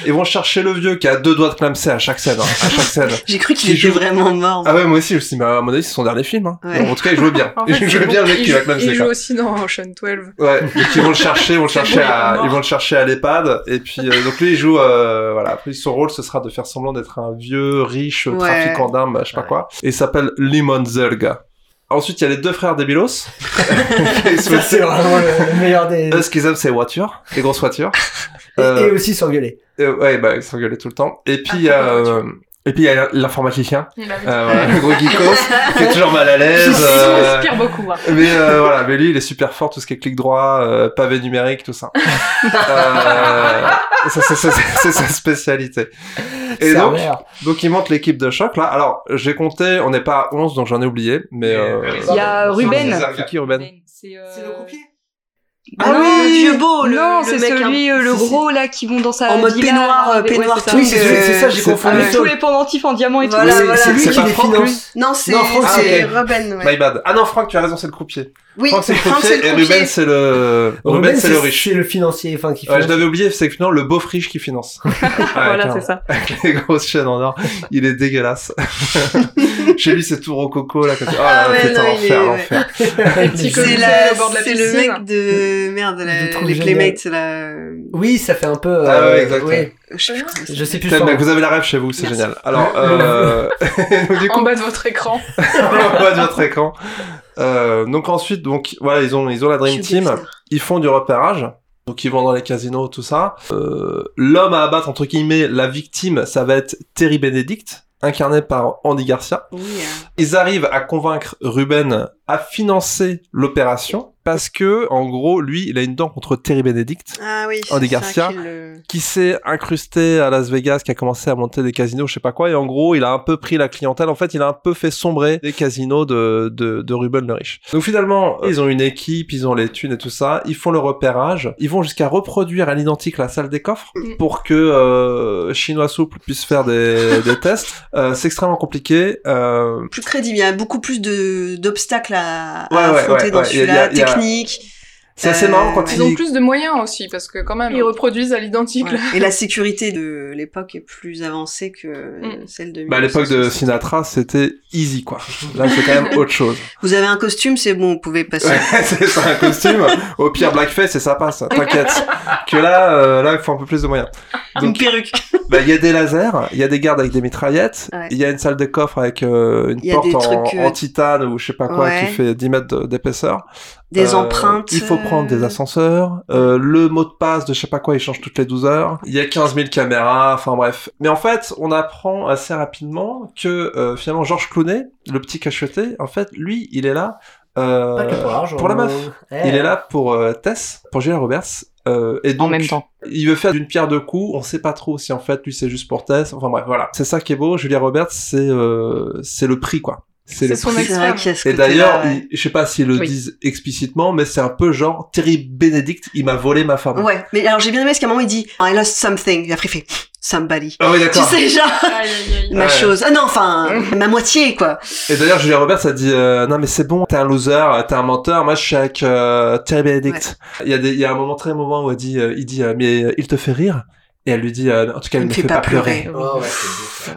Ils vont chercher le vieux qui a deux doigts de clamser à chaque scène. hein, à chaque scène.
J'ai cru qu'il était vraiment mort.
Ah ouais, moi aussi, je me suis dit, bah, à mon avis, c'est son dernier film. hein.
Ouais.
Donc, en tout cas, il jouait bien.
[LAUGHS] En fait,
il jouait
c'est
bien
bon,
le mec
il
qui va
joue-
clamser.
Il
quoi.
joue aussi dans Ocean 12. [LAUGHS]
Ouais, donc ils vont le chercher, ils vont le
C'est
chercher
bon, il est
à,
mort.
ils vont le chercher à l'EHPAD. Et puis euh, donc lui il joue, euh, voilà. Après son rôle ce sera de faire semblant d'être un vieux riche
Ouais.
trafiquant d'armes, je sais pas quoi. Et il s'appelle Limon Zelga. Ensuite il y a les deux frères
[LAUGHS]
Debilos.
Ça, c'est vraiment le, le meilleur des.
Eux ce qu'ils aiment c'est les voitures, les grosses voitures.
Et,
Euh,
et aussi s'engueuler.
euh, ouais, bah, ils s'engueulaient tout le temps. Et puis,
Ah,
il y a, euh, et puis, il y a l'informaticien,
Il
euh,
a vu.
voilà,
[LAUGHS]
le gros geekos, qui est toujours mal à l'aise.
Il
euh,
m'inspire beaucoup, hein.
Mais euh, voilà, mais lui, il est super fort, tout ce qui est clic droit, euh, pavé numérique, tout ça. Euh, ça, c'est- c'est- c'est sa spécialité. Et donc,
Serveur.
donc, il monte l'équipe de choc, là. Alors, j'ai compté, on n'est pas à 11, donc j'en ai oublié, mais... euh,
Il y a Ruben.
C'est qui, Ruben
Ben,
C'est le
croupier
Euh, bah
Ah oui, le vieux beau, euh, le-
Non,
le
c'est
mec,
celui,
hein.
euh, le
Si, si.
gros, là, qui vont dans sa.
En mode
villa,
peignoir,
là,
euh,
avec-
peignoir
ouais,
tout, Oui, c'est celui- euh, c'est ça, j'ai
confondu.
Avec tous
Avec-
les pendentifs en diamant et tout.
Voilà, voilà.
c'est- c'est pas Franck, lui
Non, c'est
Non, Franck,
c'est
c'est-
Robin. ouais.
My bad. Ah non, Franck, tu as raison, c'est le croupier.
Oui,
Franck, c'est le
Franck,
croupier,
c'est le
et
croupier.
Ruben, c'est le... Ruben, c'est le riche.
C'est le financier, enfin, qui
Ouais, je
finance.
l'avais oublié, c'est que finalement, le beau friche qui finance. Ouais,
Voilà, c'est
clairement. Avec [LAUGHS] les grosses chaînes en or, il est
[LAUGHS]
dégueulasse. Chez lui, c'est tout rococo, là. Comme... ça. Oh là
Ah
là,
ouais,
putain,
non, il
l'enfer,
est-
l'enfer.
[LAUGHS]
Petit
C'est
commissaire
la-
au bord de la
c'est le
piscine.
mec de merde, la-
trouve
les
génial.
Playmates, là.
Oh.
Oui, ça fait un peu. euh,
Ah ouais, exact.
oui.
Je sais plus comment
Je sais plus.
Putain,
son
mec,
nom.
vous avez la rêve chez vous, c'est génial. Alors, euh, [LAUGHS]
[LAUGHS]
En bas de votre écran.
en bas de votre écran. Euh, donc ensuite, donc voilà, ils ont ils ont la Dream
Je suis
Team.
désolée.
Ils font du repérage. Donc ils vont dans les casinos, tout ça. Euh, L'homme à abattre entre guillemets, la victime, ça va être Terry Benedict, incarné par Andy Garcia.
hein.
Ils arrivent à convaincre Ruben à financer l'opération parce que en gros, lui, il a une dent contre Terry Benedict.
Ah oui,
Andy
c'est ça
Garcia
qu'il le-
qui s'est incrusté à Las Vegas, qui a commencé à monter des casinos, je sais pas quoi, et en gros, il a un peu pris la clientèle. En fait, il a un peu fait sombrer les casinos de, de, de Ruben le Riche. Donc finalement, euh, ils ont une équipe, ils ont les thunes et tout ça, ils font le repérage, ils vont jusqu'à reproduire à l'identique la salle des coffres
Mm.
pour que euh, Chinois Souple puisse faire des, [LAUGHS] des tests. Euh, C'est extrêmement compliqué. Euh,
plus crédible. Il y a beaucoup plus de d'obstacles à, à
Ouais, ouais,
affronter
ouais,
dans
ouais. Il y a-
celui-là,
il y a-
technique.
C'est assez marrant quand
Euh, Ils ont plus de moyens aussi, parce que quand même, ils reproduisent à l'identique.
Ouais. Et la sécurité de l'époque est plus avancée
Mm.
que celle de.
bah, à l'époque de Sinatra, c'était easy, quoi. Là, c'est quand même autre chose.
Vous avez un costume, c'est bon, vous pouvez passer.
[LAUGHS] Ouais, c'est ça, un costume. Au pire, blackface, et ça passe. T'inquiète. Que là, euh, là, il faut un peu plus de moyens.
Une perruque.
Bah, il y a des lasers, il y a des gardes avec des mitraillettes, il
Ouais.
y a une salle de coffre avec euh, une
Il y a des
porte en,
trucs, euh,
en titane ou je sais pas quoi
Ouais.
qui fait 10 mètres de- d'épaisseur. euh,
Des empreintes,
Il faut prendre des ascenseurs. euh, le mot de passe de je sais pas quoi, il change toutes les 12 heures. Il y a 15 000 caméras, enfin bref. Mais en fait, on apprend assez rapidement que euh, finalement, Georges Clooney, le petit cacheté, en fait, lui, il est là euh,
Pas que pour l'argent, hein.
la meuf.
mais-
Il est là pour euh, Tess, pour Julia Roberts. euh, et donc,
même temps.
Il veut faire d'une pierre deux coups. On sait pas trop si en fait lui c'est juste pour Tess. Enfin bref, voilà. C'est ça qui est beau. Julia Roberts, c'est euh, c'est le prix quoi. le
C'est son
prix.
ex-femme. C'est vrai qu'il y a ce
Et
côté-là,
d'ailleurs,
ouais.
il- je sais pas s'ils le
Oui.
disent explicitement, mais c'est un peu genre Terry Benedict, il m'a volé ma femme.
Ouais, mais alors j'ai bien aimé parce qu'à un moment il dit I lost something, et après il fait somebody.
Ah oui,
tu
d'accord.
sais, genre, ma
Ouais.
chose. Ah non, enfin, ma moitié, quoi.
Et d'ailleurs, Julia Roberts a dit euh, non mais c'est bon, t'es un loser, t'es un menteur. Moi, je suis avec euh, Terry Benedict. Il y a des, il y a un moment très moment où elle dit, euh, il dit euh, mais euh, il te fait rire. Et elle lui dit euh, en tout cas, il ne me fait, pas pleurer.
oh,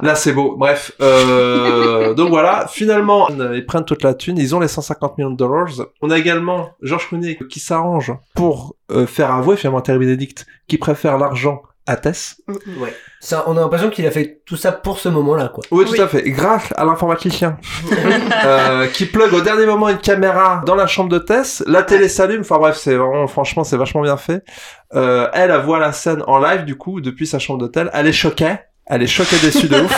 Là, c'est beau. Bref. euh, [LAUGHS] donc voilà, finalement, euh, ils prennent toute la thune. Ils ont les 150 millions de dollars. On a également Georges Clooney qui s'arrange pour euh, faire avouer finalement à Terry Benedict qui préfère l'argent à Tess.
Ouais. Ça, on a l'impression qu'il a fait tout ça pour ce moment-là, quoi.
Oui, tout à fait. Grâce à l'informaticien euh, qui plug au dernier moment une caméra dans la chambre de Tess. La télé s'allume. Enfin bref, c'est vraiment, franchement, c'est vachement bien fait. Euh, elle, elle voit la scène en live du coup depuis sa chambre d'hôtel. Elle est choquée. Elle est choquée déçue de ouf.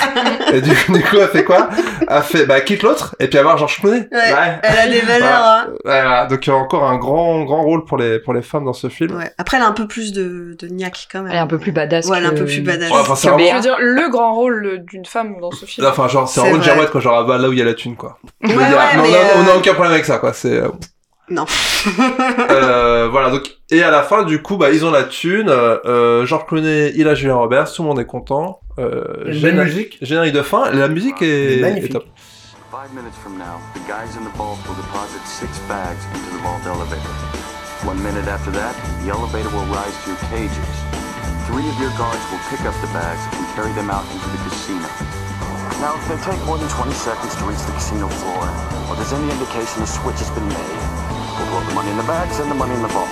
Et du, du coup, elle fait quoi Elle fait bah quitte l'autre et puis avoir Georges Clooney.
Ouais, elle a des valeurs,
Voilà.
hein.
Ouais, voilà. Donc il y a encore un grand grand rôle pour les pour les femmes dans ce film.
Ouais. Après, elle a un peu plus de, de niaque quand même. Elle est un
peu plus badass.
Ouais, elle est un peu plus badass.
Ouais, enfin, c'est
Je
vraiment-
veux dire, le grand rôle euh, d'une femme dans ce film.
Enfin genre c'est en
C'est
mode
vrai.
Jarwet, quoi, genre ah, bah, là où il y a la thune quoi. Je veux
Ouais,
dire,
ouais,
mais on
mais,
a- on a
euh,
aucun problème avec ça quoi. C'est euh,
Non.
euh, voilà, donc, et à la fin, du coup, bah, ils ont la thune. Euh, euh, George Clooney, il a Julien Roberts, tout le monde est content. Euh,
Belle
générique-
musique.
Générique de fin, la musique est,
Magnifique.
est top.
Five minutes from now, the guys in the vault will deposit six bags into the vault elevator. One minute after that, the elevator will rise to your cages. Three of your guards will pick up the bags and carry them out into the casino. Now, if they take more than 20 seconds to reach the casino floor, or there's any indication the switch has been made, we'll roll the money in the bags and the money in the vault.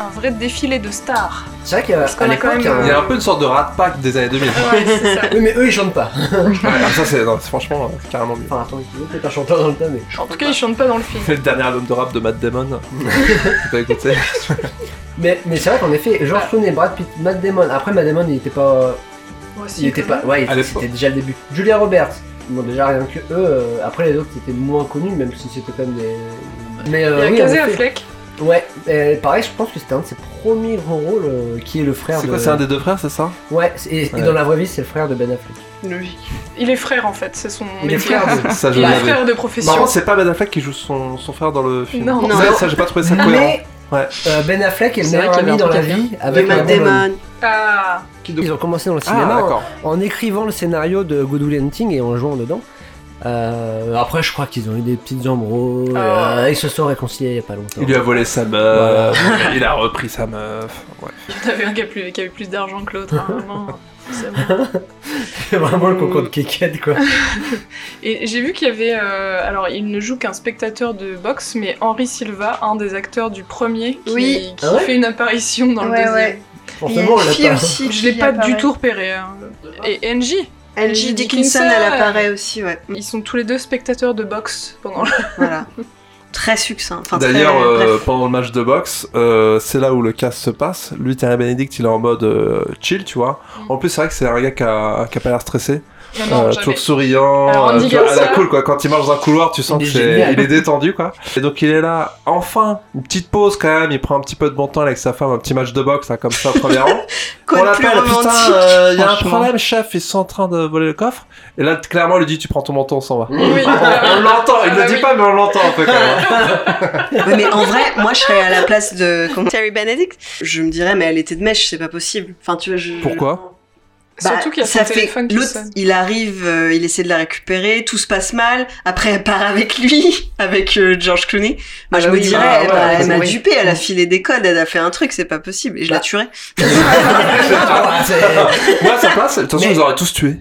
Un vrai défilé de stars.
C'est vrai
qu'on
qu'à à
a
l'époque,
quand même- euh,
hein,
Il y a un peu une sorte de rat pack des années 2000.
Ouais, c'est ça.
Oui, mais eux ils chantent pas.
Ouais, alors ça, c'est non, c'est franchement euh, carrément mieux.
Enfin, attends, il y a peut-être un chanteur dans le tas, mais.
En tout cas, ils chantent pas dans le film.
C'est le dernier album de rap de Matt
[LAUGHS]
Damon. J'ai pas écouté.
Mais, mais c'est vrai qu'en effet,
Ah.
George Clooney, Brad Pitt, Matt Damon. Après, Matt Damon, il était pas.
si,
il était
quand
pas. Ouais, il- c'était déjà le début. Julia Roberts. Bon, déjà rien que eux. euh, après, les autres c'était moins connus, même si c'était quand même des. Mais euh,
il y a
oui, en
Casey
effet.
Affleck.
Ouais, et pareil, je pense que c'était un de ses premiers gros rôles euh, qui est le frère
C'est
de.
quoi, c'est un des deux frères, c'est ça
Ouais, c'est- et, et
Ouais.
dans la vraie vie, c'est le frère de Ben Affleck.
Logique. Il est frère en fait, c'est son
Il est
métier.
frère de- Bah,
Ça, je
il est
l'avais.
frère de profession.
Marrant, c'est pas Ben Affleck qui joue son, son frère dans le film.
Non. Non.
Ça, ça, j'ai pas trouvé ça
Mais-
cohérent. Ouais.
Euh, ben Affleck est le
C'est vrai
meilleur
qu'il y avait
ami dans
un
la
truc à
vie
faire.
avec
Et Matt
Matt Damon.
Damon.
Ah, [LAUGHS]
Ils ont commencé dans le
Ah,
cinéma hein.
d'accord.
en, en écrivant le scénario de Good Will Hunting et en jouant dedans. Euh, après, je crois qu'ils ont eu des petites embrouilles.
Ah.
euh, ils se sont réconciliés il y a pas longtemps.
Il lui a volé sa meuf, il a repris sa meuf. Ouais.
il y en avait un qui, a plus- qui avait plus d'argent que l'autre à
[LAUGHS]
un moment. C'est bon.
C'est [LAUGHS] vraiment le concours de
[LAUGHS]
kékette, quoi.
Et j'ai vu qu'il y avait. euh, alors, il ne joue qu'un spectateur de boxe, mais Henri Silva, un des acteurs du premier, qui,
Oui.
qui
Ah ouais
fait une apparition dans le
Ouais,
deuxième.
ouais.
Forcément, on
il y a
l'a
une fille
pas.
aussi.
Je l'ai
qui
pas
apparaît.
du tout repéré. hein. Et Angie
Angie Dickinson,
Dickinson.
elle apparaît aussi, ouais.
Ils sont tous les deux spectateurs de boxe pendant le.
Voilà. Très succinct. Enfin, très-
D'ailleurs, euh,
bref.
pendant le match de boxe, euh, c'est là où le casse se passe. Lui, Terry Benedict, il est en mode euh, chill, tu vois.
Mm.
En plus, c'est vrai que c'est un gars qui a, qui a pas l'air stressé.
Non,
Ah
non,
Euh,
jamais.
toujours souriant,
Alors, Andy
euh, tu vois, à la
Garcia.
cool, quoi. Quand il marche dans un couloir, tu sens
Il
que
est
c'est,
génial.
il est détendu, quoi. Et donc, il est là, enfin, une petite pause quand même. Il prend un petit peu de bon temps avec sa femme, un petit match de boxe, là, comme ça, au premier rang.
[LAUGHS] Quoi
on
de plus
l'appelle, putain,
romantique
euh, il y a un
franchement.
problème, chef, ils sont en train de voler le coffre. Et là, clairement, il lui dit, tu prends ton manteau, on
[LAUGHS]
s'en va.
Oui,
On l'entend,
Ah
il le
bah
dit
oui.
pas, mais on l'entend un peu quand même. hein.
[LAUGHS] Ouais, mais en vrai, moi, je serais à la place de comment- Terry Benedict. Je me dirais, mais elle était de mèche, c'est pas possible. Enfin, tu vois, je...
Pourquoi
Bah,
Surtout qu'il y a son
ça fait
téléphone qui
l'autre,
sonne.
il arrive, euh, il essaie de la récupérer, tout se passe mal. Après, elle part avec lui, [LAUGHS] avec euh, George Clooney. Bah,
Ah
je
bah
me
oui.
dirais,
Ah
eh
ouais,
bah, elle
oui.
m'a dupé,
Mm.
elle a filé des codes, elle a fait un truc, c'est pas possible, et
Bah,
je la tuerais.
[LAUGHS] Ah, c'est-
Moi, ça passe. De toute façon,
Mais-
ils auraient tous tué.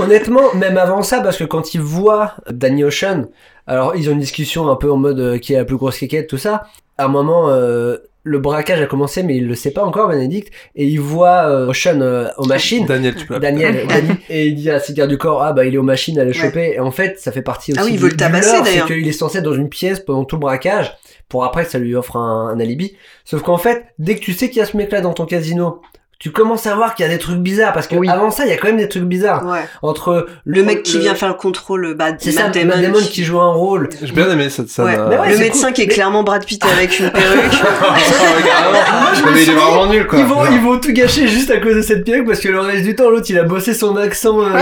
Honnêtement, même avant ça, parce que quand ils voient Danny Ocean, alors ils ont une discussion un peu en mode euh, qui est la plus grosse quéquette, tout ça. À un moment, euh, le braquage a commencé, mais il le sait pas encore, Benedict, et il voit euh, Ocean euh, aux
[LAUGHS]
machines.
Daniel, tu peux l'appeler.
Daniel, Danny, et il dit à ses gardes du corps, ah bah il est aux machines à le
Ouais.
choper. Et en fait, ça fait partie aussi
Ah oui, il
du-
veut le
du
tabasser,
leurre,
d'ailleurs.
C'est qu'il est censé être dans une pièce pendant tout le braquage pour après que ça lui offre un, un alibi. Sauf qu'en fait, dès que tu sais qu'il y a ce mec-là dans ton casino, tu commences à voir qu'il y a des trucs bizarres parce que
Oui.
avant ça, il y a quand même des trucs bizarres
Ouais.
entre
Le mec qui vient faire le contrôle, bah,
Euh, c'est ça,
Matt Damon,
Matt Damon qui joue un rôle.
J'ai bien aimé cette scène.
Ouais.
euh,
Mais ouais,
le
c'est
médecin
cool.
qui est
Mais-
clairement Brad Pitt avec
[LAUGHS]
une perruque.
Ah, ouais, carrément.
je me
mais il
suis
est
dit,
vraiment nul quoi.
Ils vont, ils vont tout gâcher juste à cause de cette perruque parce que le reste du temps, l'autre il a bossé son accent.
[LAUGHS]
euh,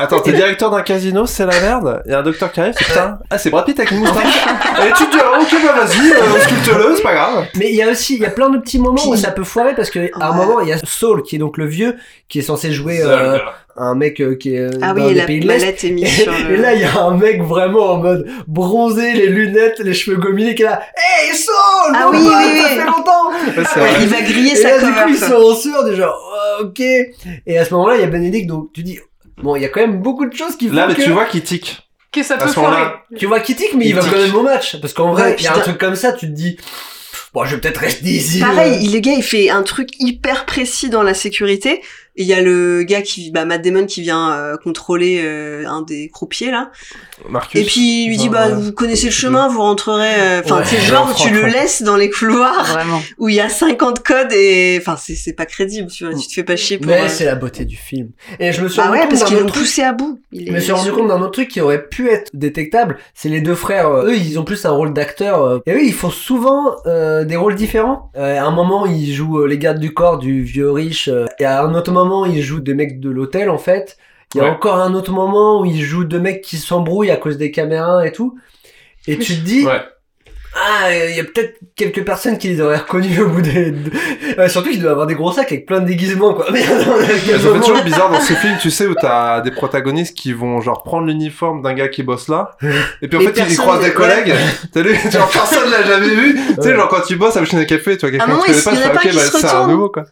Attends, t'es directeur d'un casino, c'est la merde. Il y a un docteur qui arrive, c'est putain. Ah, c'est Brad Pitt avec une moustache. [LAUGHS] Et tu te dis, ah, ok, bah vas-y, euh, sculpte-le, c'est pas grave.
Mais il y a aussi, il y a plein de petits moments où ça peut foirer parce que à un
Ouais.
moment, il y a Saul qui est donc le vieux qui est censé jouer euh, un mec euh, qui est euh,
ah
dans
oui, et
des
la
pays de l'Est.
mallette est
[LAUGHS]
mise sur le...
Et là, il y a un mec vraiment en mode bronzé, les lunettes, les cheveux gominés, qui est là. Hey Saul,
Ah
mon
oui,
pote,
oui, oui.
ça fait longtemps.
Ouais, c'est
Ouais,
vrai.
il va griller
Et
sa
là, du
cover.
coup, ils sont en sueur, du genre, Oh, ok. Et à ce moment-là, il y a Benedict, donc tu dis, Bon, il y a quand même beaucoup de choses qui
Là,
font
mais
que...
tu vois qu'il tique.
Que ça
À peut ce foirer. moment-là,
Tu vois qu'il tique, mais il,
il
va
tique.
quand même au match. Parce qu'en vrai,
Ouais,
il y a un
putain.
truc comme ça, tu te dis, bon, je vais peut-être rester ici.
Pareil,
euh.
il- le gars, il fait un truc hyper précis dans la sécurité. Et Il y a le gars qui, bah, Matt Damon qui vient euh, contrôler euh, un des croupiers là.
Marcus.
Et puis il lui dit bah vous connaissez le chemin, vous rentrerez. euh, Enfin
Ouais,
c'est
ouais,
genre tu le
franchement.
laisses dans les couloirs
Vraiment.
où il y a 50 codes et enfin c'est c'est pas crédible, tu vois, tu te fais pas chier pour.
Mais
euh,
c'est la beauté du film. Et je me suis
Bah
rendu
ouais,
compte
parce
d'un
qu'ils
autre
l'ont
truc.
poussé à bout. Il
Je me
est-
suis rendu compte d'un autre truc qui aurait pu être détectable, c'est les deux frères. euh, Eux, ils ont plus un rôle d'acteur. euh, Et eux, ils font souvent euh, des rôles différents. Euh, à un moment, ils jouent euh, les gardes du corps du vieux riche. euh, et à un autre moment, ils jouent des mecs de l'hôtel, en fait. Il y a
Ouais.
encore un autre moment où ils jouent deux mecs qui s'embrouillent à cause des caméras et tout. Et tu te dis,
Ouais.
ah, il y a peut-être quelques personnes qui les auraient reconnues au bout des... [LAUGHS] Euh, surtout qu'ils doivent avoir des gros sacs avec plein de déguisements, quoi. [LAUGHS] Merde, on a
Mais
quel
ça fait
moment
toujours bizarre dans ces films, tu sais, où t'as des protagonistes qui vont genre prendre l'uniforme d'un gars qui bosse là, et puis en
Et
fait ils y
personne-
croisent des
ouais.
collègues, [LAUGHS] t'as lu, genre personne l'a jamais vu, tu sais,
Ouais.
genre quand tu bosses à la machine à café, tu vois
À un
quelqu'un que
moment,
tu connais
Ah il
pas, tu
y en a
fais
pas qui
ok, bah
se
c'est un
retournent.
nouveau quoi.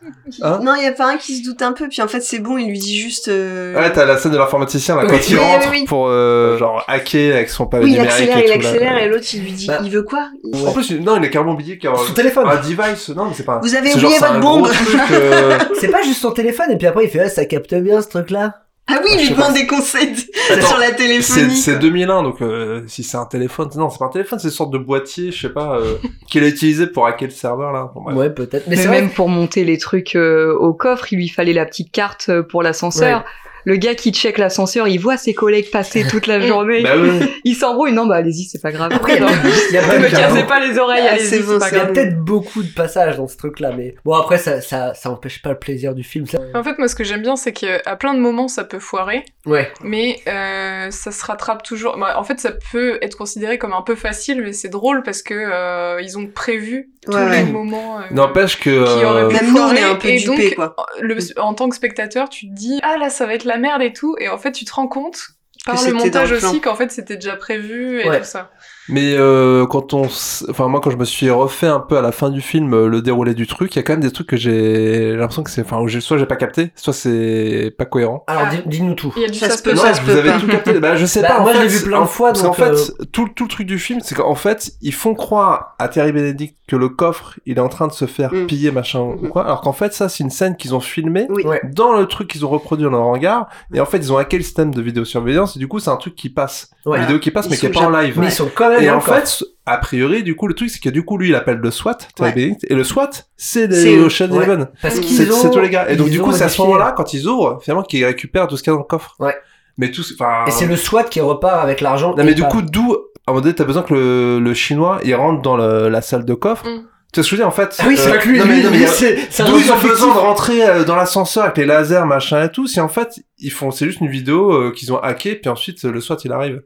Hein
non, il y a pas un qui se doute un peu, puis en fait c'est bon, il lui dit juste. euh,
Ouais, Ah, t'as la scène de l'informaticien là, quand
Oui.
il
Oui, oui,
rentre
oui.
pour euh, genre hacker avec son pavé
Oui, il
numérique
accélère,
et
il
tout, là.
accélère, et l'autre il lui dit
Bah.
il veut quoi Il-
En plus, non, il est carrément oublié qu'il y a
Son téléphone.
euh, un device, non, mais c'est pas.
Vous avez
c'est
oublié
genre, c'est
votre
un gros
bombe.
truc,
[LAUGHS]
euh,
C'est pas juste son téléphone et puis après il fait ah, ça capte bien ce truc là.
Ah oui, il
Je
lui
sais
demande
pas.
des conseils de-
Attends,
sur la
C'est
téléphonie.
c'est 2001, donc euh, si c'est un téléphone, non, c'est pas un téléphone, c'est une sorte de boîtier, je sais pas, euh, [LAUGHS] qu'il a utilisé pour hacker le serveur là. Bon, bref.
Ouais peut-être. Mais
Mais,
c'est
même
même
pour monter les trucs euh, au coffre, il lui fallait la petite carte euh, pour l'ascenseur.
Ouais.
Le gars qui check l'ascenseur, il voit ses collègues
[LAUGHS]
passer toute la journée.
Bah oui.
Il s'embrouille. Non, bah allez-y, c'est pas grave.
Après,
[LAUGHS]
Non,
il y
Ne
a
me
peut-être-
cassez pas les oreilles,
Ah,
allez-y,
c'est
c'est
bon,
pas
c'est
il y a
grave.
peut-être beaucoup de passages dans ce truc là mais bon après ça ça ça empêche pas le plaisir du film ça.
En fait, moi, ce que j'aime bien, c'est qu'à plein de moments, ça peut foirer,
Ouais.
mais euh, ça se rattrape toujours. Bah, en fait, ça peut être considéré comme un peu facile, mais c'est drôle parce que euh, ils ont prévu tous
Ouais, ouais.
les moments. euh,
N'empêche que.
qui aurait
euh,
pu
Même nous, on
foirer,
est un peu
et
dupés,
donc,
quoi.
le- en tant que spectateur, tu te dis ah là ça va être la merde et tout, et en fait tu te rends compte par
Que
le
c'était dans
montage
le plan.
aussi qu'en fait c'était déjà prévu et
Ouais.
tout ça.
Mais euh, quand on, s- enfin moi quand je me suis refait un peu à la fin du film euh, le déroulé du truc, il y a quand même des trucs que j'ai l'impression que c'est, enfin où j'ai- soit j'ai pas capté, soit c'est pas cohérent.
Alors
Ah.
dis- dis-nous tout.
Il y a du
Ça
ça,
se
se
peut
peut.
pas.
pas.
je
vous
peux
avez
pas.
tout capté. Bah je sais
Bah,
pas. en
moi, je
fait,
l'ai vu plein de fois,
Parce qu'en
donc,
fait,
euh,
tout, tout le truc du film, c'est qu'en fait, ils font croire à Terry Benedict que le coffre, il est en train de se faire
Mm.
piller, machin ou
Mhm.
quoi. Alors qu'en fait, ça, c'est une scène qu'ils ont filmée
Oui.
Ouais.
dans le truc qu'ils ont reproduit dans leur hangar. Et en fait, ils ont hacké le système de vidéosurveillance. Et du coup, c'est un truc qui passe.
Ouais.
Une vidéo qui passe,
Ils
mais qui est
sont
pas en
ja-
live.
Mais ils sont quand même
Et en
encore.
fait, a priori, du coup, le truc, c'est que du coup, lui, il appelle le SWAT, Terry
Ouais.
Benedict, et le SWAT, c'est
C'est
les
eux.
Ocean
Ouais.
Eleven.
parce qu'ils
C'est
ont-
c'est tous les gars. Et donc,
ils
du
ont
coup, c'est à ce
modifié.
moment-là, quand ils ouvrent, finalement, qu'ils récupèrent tout ce qu'il y a dans le coffre.
Ouais.
Mais tout, ce- enfin.
Et c'est le SWAT qui repart avec l'argent.
hein. Non,
et
mais du
pas-
coup, d'où, à un moment donné, t'as besoin que le, le chinois, il rentre dans le- la salle de coffre.
Mm.
Tu vois ce que je veux dire, en fait?
Ah oui, c'est
euh,
vrai que lui,
non, mais-
lui,
non, mais il y
lui,
a-
c'est c'est un
D'où ils ont
auteur
besoin de
fictif.
rentrer euh, dans l'ascenseur avec les lasers, machin et tout, si en fait, ils font, c'est juste une vidéo euh, qu'ils ont hackée, puis ensuite, euh, le SWAT, il arrive.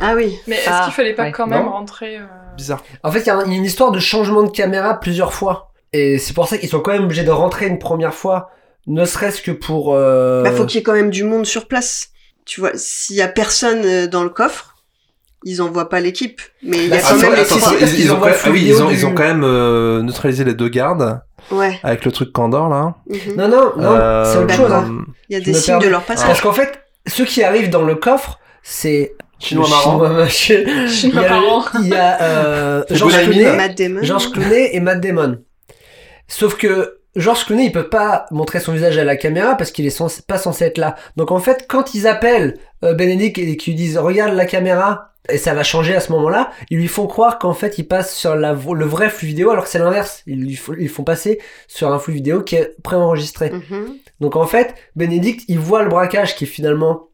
Ah oui.
Mais est-ce
Ah,
qu'il fallait pas
ouais.
quand même
Non.
rentrer euh,
[LAUGHS]
[LAUGHS]
Bizarre.
En fait, il y a un- il y a une histoire de changement de caméra plusieurs fois. Et c'est pour ça qu'ils sont quand même obligés de rentrer une première fois, ne serait-ce que pour. euh,
Bah, faut qu'il y ait quand même du monde sur place. Tu vois, s'il y a personne euh, dans le coffre, ils envoient pas l'équipe. Mais il y
Bah,
a
si,
quand
si,
même
attends,
les
si,
trois.
si, parce
ils,
qu'ils
ont
envoient
quand même- ah oui,
vidéo
ils ont-
du-
ils ont quand même euh, neutralisé les deux gardes
Ouais.
avec le truc Candor là.
mhm.
Non, non, non,
Euh,
c'est autre chose. hein.
Il y a
je
des
me
signes
permets.
de leur
C'est
passage.
Parce qu'en fait, ceux qui arrivent dans le coffre, c'est
Chinois
le
marrant.
Chinois
[LAUGHS]
marrant. Il y
Chinois
a, [LAUGHS]
parent.
le- il y a, euh,
[LAUGHS] C'est
George
Bonamine.
Clooney,
Matt Damon.
George Clooney et Matt Damon. Sauf que George Clooney, il peut pas montrer son visage à la caméra parce qu'il est censé- pas censé être là. Donc en fait, quand ils appellent euh, Benedict et qu'ils disent regarde la caméra et ça va changer à ce moment-là, ils lui font croire qu'en fait ils passent sur la vo- le vrai flux vidéo alors que c'est l'inverse. Ils lui fo- ils font passer sur un flux vidéo qui est préenregistré.
Mhm.
Donc en fait, Benedict, il voit le braquage qui finalement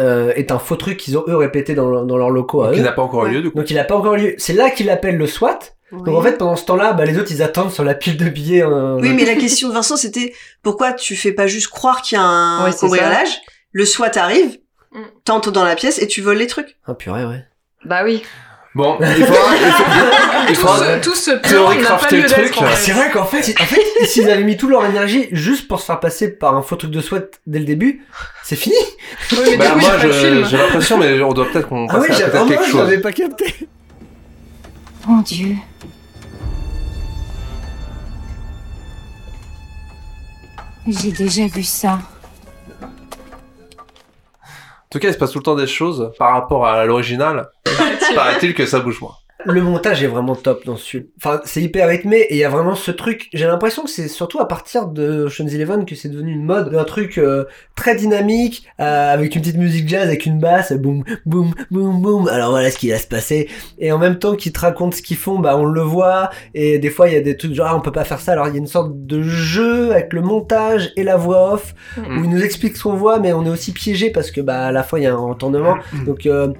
euh, est un faux truc qu'ils ont eux répété dans, le- dans leurs locaux à
euh, Qui
eux.
n'a pas encore eu lieu du coup.
Donc il a pas encore lieu. C'est là qu'il appelle le SWAT.
Oui.
Donc en fait, pendant ce temps-là, bah, les autres, ils attendent sur la pile de billets. hein.
Oui, mais la question de Vincent, c'était pourquoi tu fais pas juste croire qu'il y a un
Ouais, c'est ça.
cambriolage, le SWAT arrive,
Mm.
t'entres dans la pièce et tu voles les trucs.
Ah purée, ouais.
Bah oui.
Bon, il faudra, il faut- il
tout,
faudra-
ce, tout ce plan
théorie
n'a pas
crafter
lieu
le
d'être. euh,
truc,
en
là.
fait.
Ah, C'est vrai qu'en fait, en fait, s'ils avaient mis toute leur énergie juste pour se faire passer par un faux truc de SWAT dès le début, c'est fini.
Ouais, mais du
Bah,
coup, il y a
moi
pas de
je-
film.
j'ai l'impression, mais on doit peut-être qu'on
Ah
passe
oui,
à
j'avais
peut-être quelque
vraiment,
chose.
j'avais pas capté.
Mon Dieu. J'ai déjà vu ça.
tout cas, il se passe tout le temps des choses par rapport à l'original. Paraît-il que ça bouge moins.
Le montage est vraiment top dans ce film. Enfin, c'est hyper rythmé et il y a vraiment ce truc. J'ai l'impression que c'est surtout à partir de Ocean's Eleven que c'est devenu une mode, un truc euh, très dynamique euh, avec une petite musique jazz, avec une basse, boum, boum, boum, boum. Alors voilà ce qui va se passer. Et en même temps qu'ils te racontent ce qu'ils font, bah on le voit. Et des fois il y a des trucs genre ah, on peut pas faire ça. Alors il y a une sorte de jeu avec le montage et la voix off
Mm.
où ils nous expliquent ce qu'on voit, mais on est aussi piégé parce que bah à la fois il y a un retournement.
Mm.
Donc euh,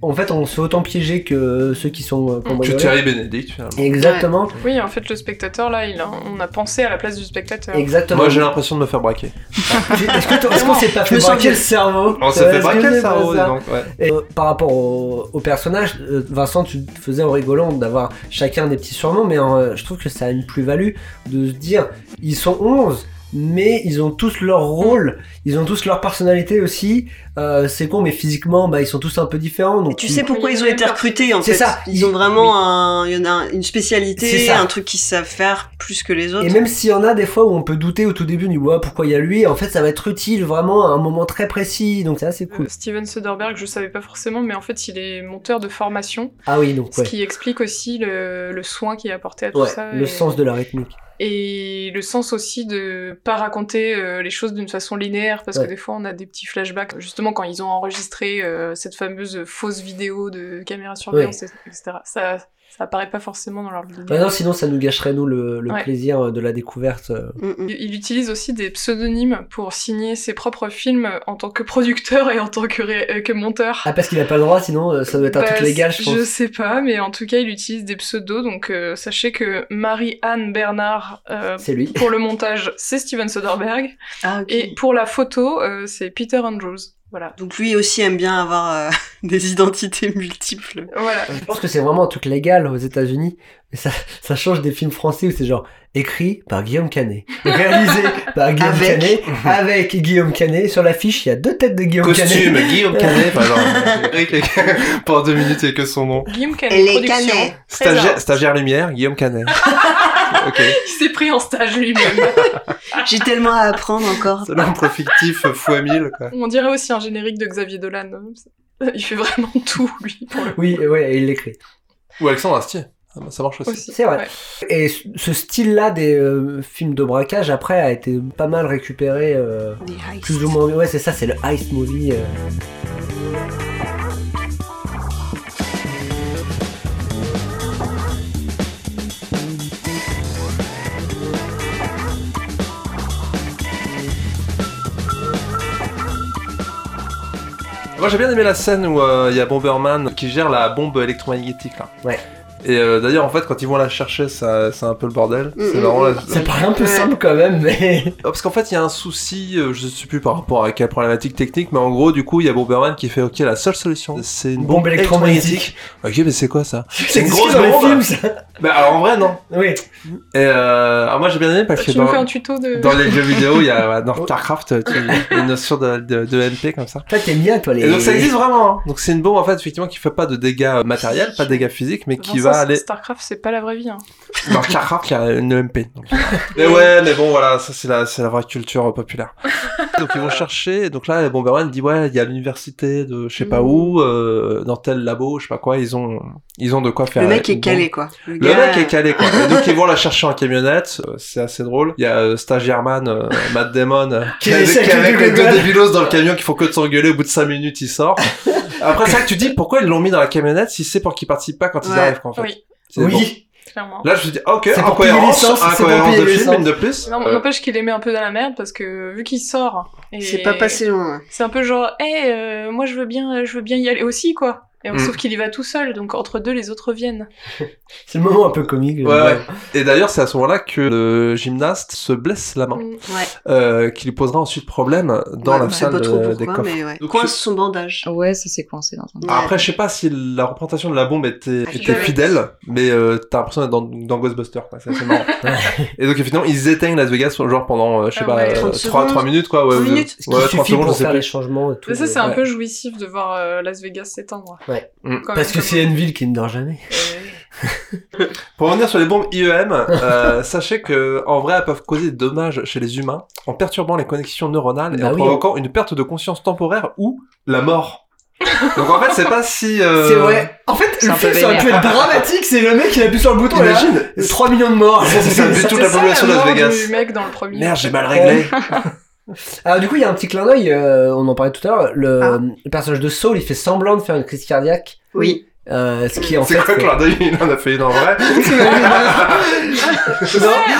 en fait, on se fait autant piéger que ceux qui sont euh,
Que
cambrioleurs.
Thierry Bénédicte, finalement.
Exactement.
Oui, en fait, le spectateur, là, il a- on a pensé à la place du spectateur.
Exactement.
Moi, j'ai l'impression de me faire braquer.
Est-ce que t'en- est-ce qu'on s'est pas
Je me
fait
sens
braquer
bien.
le cerveau
On s'est
Ouais,
fait
est-ce
braquer
que
le
c'est pas
cerveau,
ça
dis donc, ouais.
Et, euh, par rapport au, au personnage, euh, Vincent, tu faisais en rigolant d'avoir chacun des petits surnoms, mais euh, je trouve que ça a une plus-value de se dire ils sont 11, mais ils ont tous leur rôle, ils ont tous leur personnalité aussi. Euh, c'est con, mais physiquement, bah, ils sont tous un peu différents. Donc
Tu sais pourquoi ils ont été recrutés en
C'est
fait
ça.
Ils ont vraiment un, il y en a un- une
C'est
spécialité,
ça.
un truc qu'ils savent faire plus que les autres.
Et même s'il y en a des fois où on peut douter au tout début, on dit ouais, pourquoi il y a lui, en fait ça va être utile vraiment à un moment très précis, donc ça c'est cool.
Euh, Steven Soderbergh, je savais pas forcément, mais en fait, il est monteur de formation,
Ah oui, donc
ce
ouais.
qui explique aussi le, le soin qui est apporté à tout
Ouais,
ça.
le
et-
sens de la rythmique.
et le sens aussi de pas raconter euh, les choses d'une façon linéaire parce
Ouais.
que des fois on a des petits flashbacks justement quand ils ont enregistré euh, cette fameuse fausse vidéo de caméra surveillance etc ça ça apparaît pas forcément dans leur vidéo
Bah non, sinon ça nous gâcherait nous le, le
Ouais.
plaisir euh, de la découverte. euh.
Mm,
Il il utilise aussi des pseudonymes pour signer ses propres films en tant que producteur et en tant que, ré- euh, que monteur.
Ah parce qu'il a pas le droit, sinon euh, ça doit être un
Bah,
truc légal, je pense.
sais pas, mais en tout cas, il utilise des pseudos. Donc, euh, sachez que Marie-Anne Bernard, euh,
C'est lui.
pour le montage, c'est Steven Soderbergh.
Ah,
Et pour la photo, euh, c'est Peter Andrews. Voilà.
Donc lui aussi aime bien avoir euh, [LAUGHS] des identités multiples.
Voilà.
Je pense que c'est vraiment un truc légal aux États-Unis, mais ça, ça change des films français où c'est genre écrit par Guillaume Canet, réalisé par Guillaume
Avec.
Canet, avec Guillaume Canet. Sur l'affiche, il y a deux têtes de Guillaume
Costume,
Canet.
Guillaume
[LAUGHS]
Canet, enfin, genre, [LAUGHS] Eric- pendant deux minutes, et que son nom.
Guillaume
Et
Canet,
les
production.
Canets.
Stagiaire, stagiaire lumière,
[LAUGHS]
Guillaume Canet. ok.
Il s'est pris en stage lui-même.
J'ai tellement à apprendre [LAUGHS] encore.
C'est l'ombre fictif euh, fois mille, quoi.
On dirait aussi un générique de Xavier Dolan. hein. [LAUGHS] Il fait vraiment tout, lui, pour le
Oui, ouais, et il l'écrit.
Ou Alexandre Astier. Ah bah, Ça marche aussi.
C'est vrai. Et ce- ce style-là des euh, films de braquage, après, a été pas mal récupéré. euh, plus ou moins. Ouais, c'est ça, c'est le heist movie. euh.
Moi j'ai bien aimé la scène où euh, il y a Bomberman qui gère la bombe électromagnétique là.
Ouais.
Et euh, d'ailleurs en fait quand ils vont la chercher ça- c'est un peu le bordel. C'est
Mm,
marrant
mm,
là.
mm. Ça paraît un peu simple quand même mais...
Parce qu'en fait il y a un souci, euh, je sais plus par rapport à quelle problématique technique mais en gros du coup il y a Bomberman qui fait ok la seule solution c'est une bombe,
Bombe électromagnétique.
Ok mais c'est quoi ça C'est une
existe
grosse
dans les
bombe
films, ça.
Bah alors en vrai non.
Oui.
Et euh, alors moi j'ai bien aimé parce que
Tu nous
dans-
fais un tuto de.
dans les jeux vidéo, il y a ouais,
Oh.
dans StarCraft, tu- il y a une notion de, de, de MP comme ça.
Toi, t'es bien, toi, les.
Et donc ça existe vraiment. hein. Donc c'est une bombe en fait effectivement qui fait pas de dégâts euh, matériels, pas de dégâts physiques, mais qui
Vincent,
va aller
Starcraft, c'est pas la vraie vie. hein.
dans StarCraft, il y a une MP. [LAUGHS] donc. Mais ouais, mais bon voilà, ça c'est la c'est la vraie culture euh, populaire. [LAUGHS] Donc ils vont chercher. et Donc là, Bomberman dit ouais, il y a l'université de je sais
Mm.
pas où, euh, dans tel labo, je sais pas quoi. Ils ont ils ont de quoi faire.
Le mec
une
est calé
bombe.
quoi. Le,
Le
gars-
mec est calé quoi. Et donc ils vont la chercher en camionnette, euh, c'est assez drôle. Il y a euh, Stagiaire Man, euh, Matt Damon, euh,
Qui
avec,
essaie de
avec les deux
rigoler.
débilos dans le camion qui font que de s'engueuler, au bout de 5 minutes ils sortent. Après ça, tu dis pourquoi ils l'ont mis dans la camionnette si c'est pour qu'ils participent pas quand ils
Ouais.
arrivent quoi, en fait.
Oui.
C'est bon.
Clairement.
Là je me dis ok,
C'est pour
incohérence,
payer l'essence, c'est pour
incohérence
payer
de film,
l'essence.
une de plus.
Non,
Euh,
n'empêche qu'il les met un peu dans la merde parce que vu qu'il sort. et-
euh, C'est pas passé loin. hein.
C'est un peu genre, hé, moi je veux bien, je veux bien y aller aussi, quoi. Et
Mm.
Sauf qu'il y va tout seul, donc entre deux, les autres viennent.
C'est le moment un peu comique.
Ouais, ouais. Et d'ailleurs, c'est à ce moment-là que le gymnaste se blesse la main,
Mm.
euh, qui lui posera ensuite problème dans
Ouais,
la
on sait
salle
pas trop
euh, des
pourquoi,
coffres.
mais ouais.
Donc,
Coince
je-
son bandage.
Ouais, ça s'est coincé dans un.
Alors Après, je sais pas si la représentation de la bombe était,
Ah,
était
je-
fidèle, mais euh, t'as l'impression d'être dans, dans Ghostbusters, quoi. C'est assez
[LAUGHS]
marrant. et donc, finalement, ils éteignent Las Vegas, genre pendant, euh, je sais
Ah
pas,
ouais.
euh,
30
3,
secondes.
3 minutes, quoi. Ouais,
30
ou-
minutes.
Ce qui
Ouais, 30
suffit
secondes, je
pour
sais
faire les
plus.
changements et tout.
Mais ça, c'est un
Ouais.
peu jouissif de voir euh, Las Vegas s'éteindre.
Ouais.
Quand
Mm. Parce
même,
que
quand
c'est une ville qui ne dort jamais.
même.
Pour revenir sur les bombes
[LAUGHS]
IEM, euh, sachez que en vrai, elles peuvent causer des dommages chez les humains en perturbant les connexions neuronales et
Bah
en
oui.
provoquant une perte de conscience temporaire ou la mort. Donc en fait, c'est pas si. euh,
C'est vrai. En fait,
c'est
le
un
film,
peu
ça aurait pu
vénère.
être dramatique si le mec il appuie sur le bouton
Imagine.
et là, 3 millions de morts.
C'est ça, c'est toute la
[LAUGHS] ça,
population de Las
mort
Vegas.
Le mec dans le premier.
Merde, j'ai mal réglé.
Alors du coup, il y a un petit clin d'œil, euh, on en parlait tout à l'heure, le, le personnage de Saul, il fait semblant de faire une crise cardiaque.
Oui.
Euh, ce qui en
C'est
fait...
quoi le clin d'œil Il en a fait une en
[LAUGHS]
vrai.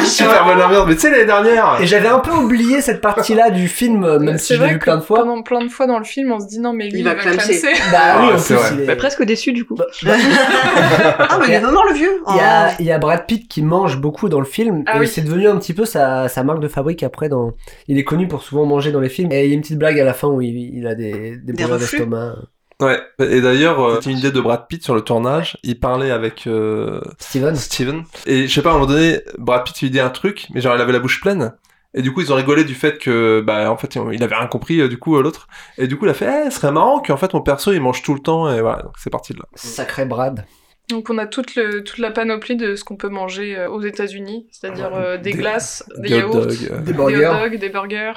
Super bonne ambiance, mais tu sais, l'année dernière.
Et j'avais un peu oublié cette partie-là du film, euh, même si
C'est
je l'ai
vrai
vu
que
plein de fois.
pendant plein de fois dans le film, on se dit non, mais lui,
Il va clamser.
Bah oui,
Ah,
en
c'est
plus,
vrai.
il est- Bah,
Mais presque déçu du coup.
[LAUGHS] Ah, mais il est vraiment le vieux. Oh.
Il y, a, il y a Brad Pitt qui mange beaucoup dans le film
Ah
et
oui.
c'est devenu un petit peu sa, sa marque de fabrique après. Dans... Il est connu pour souvent manger dans les films et il y a une petite blague à la fin où il, il a des, des, brûlures
reflux.
d'estomac.
Ouais. Et d'ailleurs, euh, c'était une idée de Brad Pitt sur le tournage. Il parlait avec euh,
Steven.
Steven. Et je sais pas, à un moment donné, Brad Pitt lui dit un truc, mais genre il avait la bouche pleine. Et du coup, ils ont rigolé du fait que, bah, en fait, il avait rien compris, euh, du coup, euh, l'autre. Et du coup, il a fait, eh, ce serait marrant qu'en fait, mon perso, il mange tout le temps, et voilà, donc c'est parti de là.
Sacré Brad.
[LAUGHS] Donc on a toute, le, toute la panoplie de ce qu'on peut manger euh, aux États-Unis, c'est-à-dire
Ah,
euh, des,
Des-
glaces, des,
des hot
yaourts,
dogs, euh.
Des
hot
burgers.
dogs, des burgers,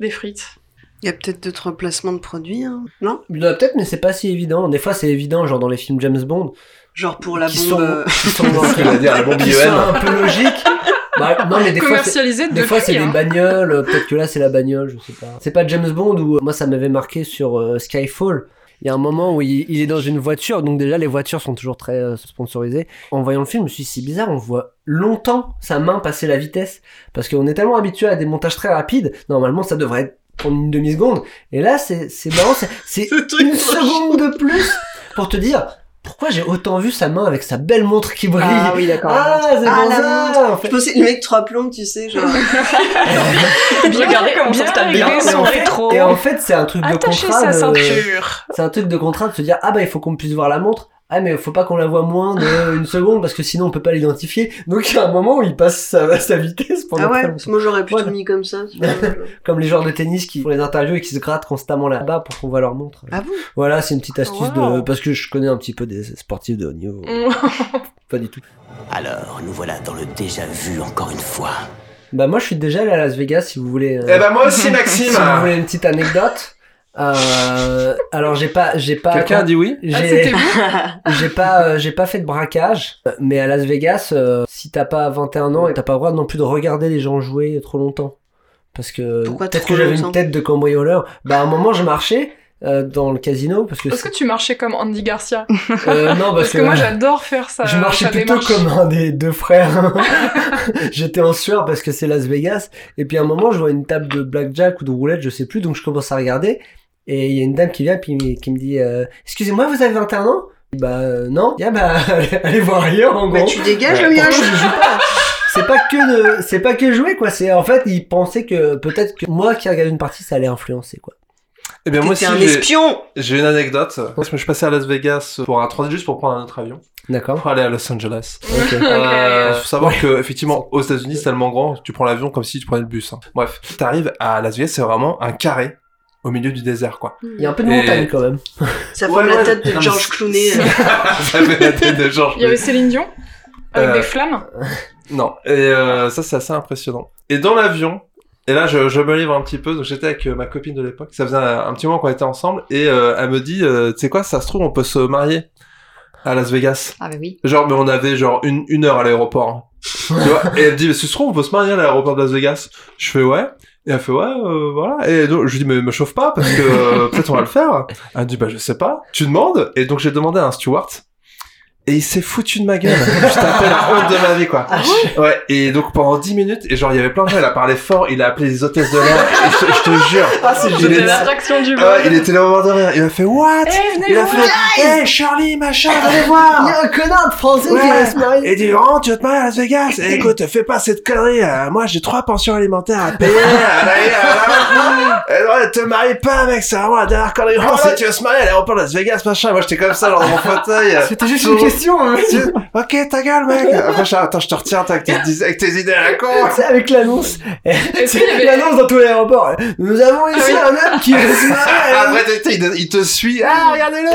des frites.
Il y a peut-être d'autres placements de produits, hein. non
Il y en a peut-être, mais c'est pas si évident. Des fois, c'est évident, genre dans les films James Bond.
Genre pour la
qui
bombe.
sont-
euh, [LAUGHS]
qui
[LAUGHS]
sont,
C'est ce qu'il va dire, la bombe
qui
IEM.
sont un peu logiques. Bah, non, mais des fois, c'est-
Commercialisé de
Des fois,
prix,
c'est des
hein.
bagnoles, euh, peut-être que là, c'est la bagnole, je sais pas. C'est pas James Bond où, euh, moi, ça m'avait marqué sur euh, Skyfall. Il y a un moment où il, il est dans une voiture, donc déjà, les voitures sont toujours très euh, sponsorisées. En voyant le film, je me suis dit, c'est bizarre, on voit longtemps sa main passer la vitesse, parce qu'on est tellement habitué à des montages très rapides, normalement, ça devrait être prendre une demi-seconde, et là, c'est c'est marrant, c'est-
[LAUGHS]
c'est une seconde de plus pour te dire... Pourquoi j'ai autant vu sa main avec sa belle montre qui brille
Ah oui, d'accord.
Ah, c'est
Ah,
pour
la
ça,
montre.
en fait.
Je pensais le mec trois plombes, tu sais, genre.
Regardez comment ça se tape bien.
réglé,
Et en
son
fait-
rétro.
Et en fait, c'est un truc de
Oh. Attacher
contrat.
sa
de-
[LAUGHS] ceinture.
C'est un truc de contrat de se dire ah bah il faut qu'on puisse voir la montre. Ah mais faut pas qu'on la voit moins
Ah.
d'une seconde parce que sinon on peut pas l'identifier. Donc il y a un moment où il passe sa, [LAUGHS] sa vitesse pendant
Ah ouais,
très
parce que
longtemps.
moi j'aurais plutôt
Voilà.
mis comme ça. tu
[LAUGHS]
vois.
comme les joueurs de tennis qui font les interviews et qui se grattent constamment là-bas pour qu'on voit leur montre.
Ah bon
Voilà, c'est une petite astuce de
Wow. Mm.
parce que je connais un petit peu des sportifs de haut niveau. Pas du tout.
Alors, nous voilà dans le déjà vu encore une fois.
Bah moi je suis déjà allé à Las Vegas si vous voulez. euh,
Eh ben, moi aussi, Maxime!
si vous voulez une petite anecdote. Euh, alors j'ai pas j'ai pas
Quelqu'un a dit oui?
J'ai-
Ah, c'était vous
[LAUGHS] J'ai pas, euh, j'ai pas fait de braquage, euh, mais à Las Vegas, euh, si t'as pas 21 ans et t'as pas le droit non plus de regarder les gens jouer trop longtemps, parce que
Pourquoi
peut-être
trop
que j'avais une
longtemps
tête de cambrioleur. Bah à un moment je marchais euh, dans le casino parce que,
Est-ce que tu marchais comme Andy Garcia [LAUGHS]
euh, non parce,
Parce que moi
euh,
j'adore faire ça.
je marchais
ça
plutôt
démarche. [LAUGHS]
comme un des deux frères. [LAUGHS] J'étais en sueur parce que c'est Las Vegas. Et puis à un moment, je vois une table de blackjack ou de roulette, je sais plus. Donc je commence à regarder. Et il y a une dame qui vient puis qui me dit euh, Excusez-moi, vous avez 21 ans Bah euh, non. Ah bah [LAUGHS] allez voir ailleurs en [LAUGHS]
Bah,
gros.
tu dégages le
Par
mien.
contre, je joue pas. C'est pas que de, c'est pas que jouer quoi. C'est en fait, ils pensaient que peut-être que moi qui regardais une partie, ça allait influencer quoi.
Eh
Euh,
bien, moi aussi,
T'es un
j'ai-
espion.
j'ai une anecdote. Parce que je suis passé à Las Vegas pour un transit juste pour prendre un autre avion.
D'accord.
Pour aller à Los
[LAUGHS]
Angeles.
Ok.
Euh, faut savoir
Ouais.
que effectivement aux États-Unis c'est tellement grand, tu prends l'avion comme si tu prenais le bus. hein. Bref, t'arrives à Las Vegas, c'est vraiment un carré au milieu du désert quoi.
Il y a un peu de
Et-
montagne quand même.
Ça
Ouais,
forme la
ouais.
tête de
Non,
George
mais-
Clooney. euh.
[LAUGHS] ça fait la tête de Georges.
Il y avait Céline Dion avec
Euh,
des flammes.
Non. Et euh, ça c'est assez impressionnant. Et dans l'avion. Et là, je, je me livre un petit peu. Donc, j'étais avec euh, ma copine de l'époque. Ça faisait un, un petit moment qu'on était ensemble. Et euh, elle me dit, euh, tu sais quoi, ça se trouve, on peut se marier à Las Vegas.
Ah bah
[LAUGHS]
oui.
Genre, mais on avait genre une, une heure à l'aéroport. hein. tu vois Et elle me dit, mais ce trouve, on peut se marier à l'aéroport de Las Vegas. Je fais, ouais. Et elle fait, ouais, euh, voilà. Et donc, je lui dis, mais me chauffe pas, parce que euh, peut-être on va le faire. Elle me dit, bah, je sais pas. Tu demandes. Et donc, j'ai demandé à un steward. Et il s'est foutu de ma gueule. Je t'appelle la honte de ma vie, quoi. Ouais. Et donc, pendant 10 minutes, et genre, il y avait plein de gens, il a parlé fort, il a appelé les hôtesses de l'air. Et Je, je te jure.
Ah c'est
Il
C'était
est-
l'attraction du
Ah ouais,
vol.
il était là au moment de rire. Il a fait, what?
Eh, venez
Il a
voir.
fait, hey, Charlie, machin, allez voir!
Il y a un connard de français qui
Ah. Ouais.
va se marier.
Et dit vraiment tu veux te marier à Las Vegas Eh, Écoute, fais pas cette connerie. euh, moi, j'ai trois pensions alimentaires à payer. à
[LAUGHS]
la- à la- Et ouais, te marie pas, mec.
Ah,
[LAUGHS] C'est vraiment la dernière connerie. Oh, là, tu veux se marier à l'aéroport de Las Vegas, machin. Moi, j'étais comme ça, genre dans mon fauteuil.
C'était juste
Toujours-
une question, hein.
Ok, ta gueule, mec. Après, je- attends, je te retiens, t'as- avec tes, dis- avec tes idées à la con.
C'est avec
[LAUGHS]
[LAUGHS]
l'annonce.
qu'il y
C'est
avait-
l'annonce dans tous les aéroports. Nous avons ici un homme qui
Ah [LAUGHS] Après, t'es- t'es- il te- il te suit. Ah,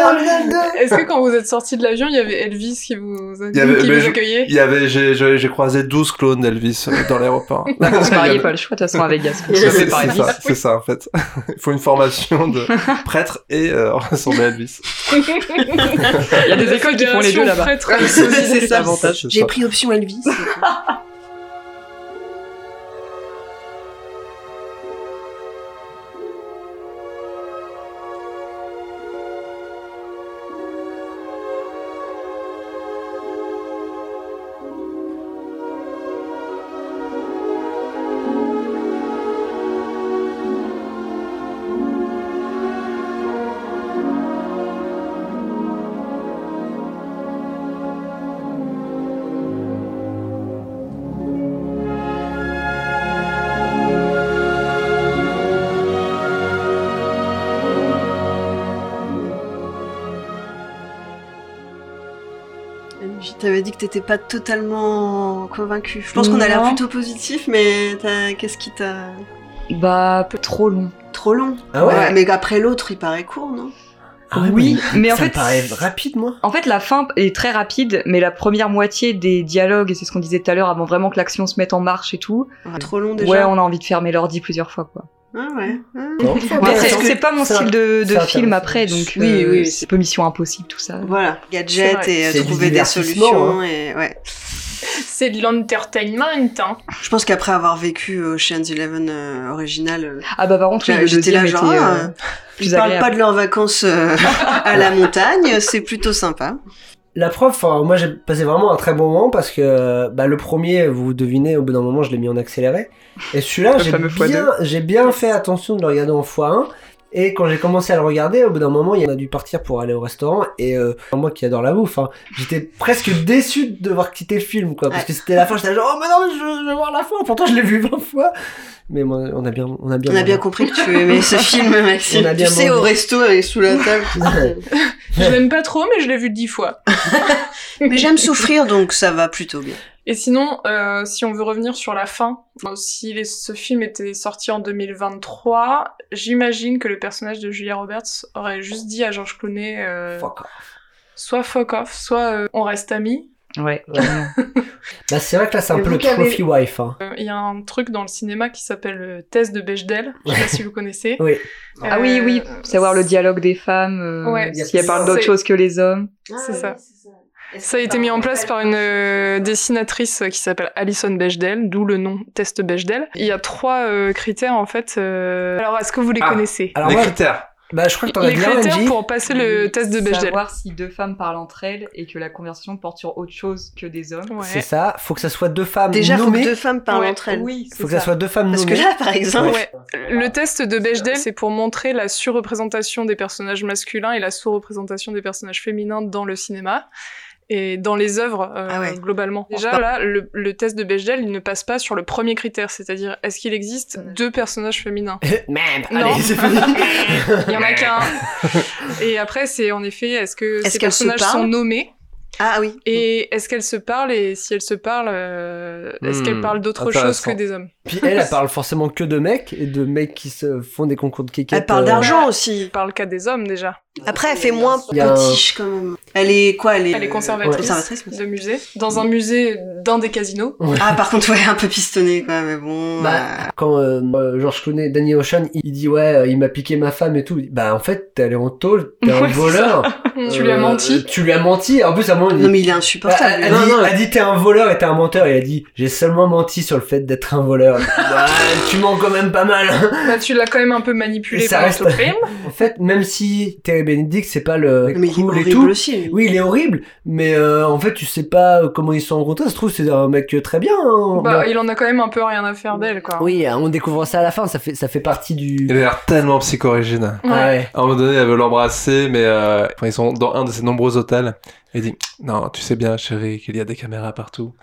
regardez-le
Est-ce que quand vous êtes sorti de l'avion, il y avait Elvis qui vous,
Il y avait,
qui
mais
vous
je-
accueillait
il y avait, j'ai, j'ai- j'ai croisé 12 clones d'Elvis euh, dans l'aéroport.
Vous pariez pas le choix, de toute façon, à Vegas.
C'est,
C'est
c'est
par Elvis.
ça, c'est ça, en fait. Il faut une formation
[LAUGHS]
de prêtre et euh, ressembler à Elvis.
[LAUGHS]
Il y a des écoles qui font les deux là-bas.
[LAUGHS] C'est ça.
Avantage, c'est
J'ai
ça.
pris option Elvis. Je t'avais dit que t'étais pas totalement convaincu. Je pense qu'on a l'air
Non.
plutôt positif, mais t'as- qu'est-ce qui t'a.
Bah, un peu trop long.
Trop long.
Ah ouais
Mais après l'autre, il paraît court, non
oui, mais en
Ah ça me
fait.
paraît rapide, moi.
En fait, la fin est très rapide, mais la première moitié des dialogues, et c'est ce qu'on disait tout à l'heure, avant vraiment que l'action se mette en marche et tout.
Trop long déjà.
Ouais, on a envie de fermer l'ordi plusieurs fois, quoi.
Ah ouais. Ah.
Non, Mais c'est- c'est pas mon
c'est
style de, de
c'est
film
intéressant.
après, donc
Oui,
euh,
oui,
c'est pas Mission Impossible, tout ça.
Voilà,
C'est
gadget
vrai.
et euh,
C'est du
trouver des
divertissement,
solutions.
hein.
Et, ouais.
C'est de l'entertainment, hein.
Je pense qu'après avoir vécu Ocean's Eleven euh, original, euh,
Ah bah par contre, oui,
j'a-
le
j'étais là
deuxième
genre,
était,
ah,
euh, plus
ils parlent
agréable.
pas de leurs vacances euh, [LAUGHS] à la montagne, c'est plutôt sympa.
La preuve, enfin, moi j'ai passé vraiment un très bon moment parce que euh, bah, le premier, vous devinez, au bout d'un moment je l'ai mis en accéléré. Et celui-là,
Le
j'ai
fameux fois
bien,
deux.
j'ai bien fait attention de le regarder en x1. Et quand j'ai commencé à le regarder, au bout d'un moment, il y en a dû partir pour aller au restaurant. Et euh, moi qui adore la bouffe, hein, j'étais
[LAUGHS]
presque déçu de devoir quitter le film, quoi. Parce que c'était la fin, j'étais là genre, oh mais non, mais je, je vais voir la fin. Pourtant, je l'ai vu 20 fois. Mais moi, on a bien, on a bien,
On a bien
mangé.
compris que tu
[LAUGHS]
aimais ce film, Maxime.
On a
Tu
bien
sais, au
mangé.
resto, elle est sous la table.
[LAUGHS]
Je l'aime pas trop, mais je l'ai vu dix fois.
Mais j'aime souffrir, donc ça va plutôt bien.
Et sinon, euh, si on veut revenir sur la fin, euh, si les- ce film était sorti en 2023, j'imagine que le personnage de Julia Roberts aurait juste dit à Georges Clooney euh, soit fuck off, soit euh, on reste amis.
[LAUGHS]
Ouais.
Bah, c'est vrai que là, c'est un
Et
peu
vous
le
qui avez-
trophy wife. hein.
Euh, Il y a un truc dans le cinéma qui s'appelle euh, Thèse de Bechdel, je sais pas si vous connaissez. Euh,
Oui.
[LAUGHS] Ah oui, oui, savoir le dialogue des femmes, euh,
Ouais.
si elles parlent d'autre
C'est-
chose que les hommes.
Ah, C'est ça. Ça a été mis en place par une euh, dessinatrice euh, qui s'appelle Alison Bechdel, d'où le nom Test Bechdel. Il y a trois euh, critères en fait. euh, Alors, est-ce que vous les
Ah,
connaissez
les critères.
Bah, je crois que t'en as
Les
bien un,
critères
Angie.
pour passer le
Mmh,
test de Bechdel.
Savoir si deux femmes parlent entre elles et que la conversation porte sur autre chose que des hommes.
C'est ça, faut que ça soit deux femmes
Déjà, faut
nommées.
que deux femmes parlent
Ouais.
entre elles.
Oui,
Faut que ça soit euh, deux femmes
Parce que
nommées.
là, par exemple-
Ouais.
Le test de Bechdel, c'est pour montrer la surreprésentation des personnages masculins et la sous-représentation des personnages féminins dans le cinéma et dans les œuvres euh, globalement. Déjà, là, le, le test de Bechdel, il ne passe pas sur le premier critère, c'est-à-dire est-ce qu'il existe deux personnages féminins
Merde,
Non.
allez, c'est fini.
Il y en a [LAUGHS] qu'un. Et après, c'est en effet, est-ce que
Est-ce
ces
qu'elles se
personnages
parlent
sont nommés
Ah oui.
Et est-ce qu'elles se parlent Et si elles se parlent, euh, est-ce
Hmm,
qu'elles parlent d'autre chose que
intéressant.
des hommes
Puis elle, elle parle forcément que de mecs et de mecs qui se font des concours de kékette. euh,
aussi.
Elle parle qu'à des hommes déjà.
Après, elle fait moins
Il y a un-
potiche quand même. Elle est quoi Elle est, euh,
Elle est conservatrice,
conservatrice,
de musée, dans un musée d'un des casinos.
Ah, par contre, ouais, un peu pistonnée, quoi, mais bon. euh,
Bah, quand euh, euh, George Clooney, Danny Ocean, il, il dit ouais, euh, il m'a piqué ma femme et tout. Il dit, Bah en fait, t'es allé en tôle, t'es un
Ouais, c'est
voleur. Euh,
ça. Tu lui as menti.
Tu lui as menti. En plus, à un moment, il dit,
Non, mais il est insupportable.
Bah, Elle, elle
lui.
dit, elle dit, t'es un voleur et t'es un menteur. Et elle dit j'ai seulement menti sur le fait d'être un [LAUGHS] voleur. Bah, tu mens quand même pas mal.
Bah, tu l'as quand même un peu manipulé
Et ça
pendant
reste-
tout le film.
[LAUGHS] En fait, même si Terry Benedict, c'est pas le
Mais il est
cool et
horrible
tout.
aussi, lui.
oui, il est horrible, mais euh, en fait, tu sais pas comment ils se sont rencontrés. Ça se trouve, c'est un mec très bien. hein.
Bah,
Bah,
il en a quand même un peu rien à faire d'elle, quoi.
Oui, hein, on découvre ça à la fin. Ça fait, ça fait partie du.
Il a l'air tellement psychorigine.
Ouais. Ah ouais.
À un moment donné, elle veut l'embrasser, mais euh, enfin, ils sont dans un de ses nombreux hôtels. Elle dit Non, tu sais bien, chérie, qu'il y a des
[LAUGHS]
caméras partout.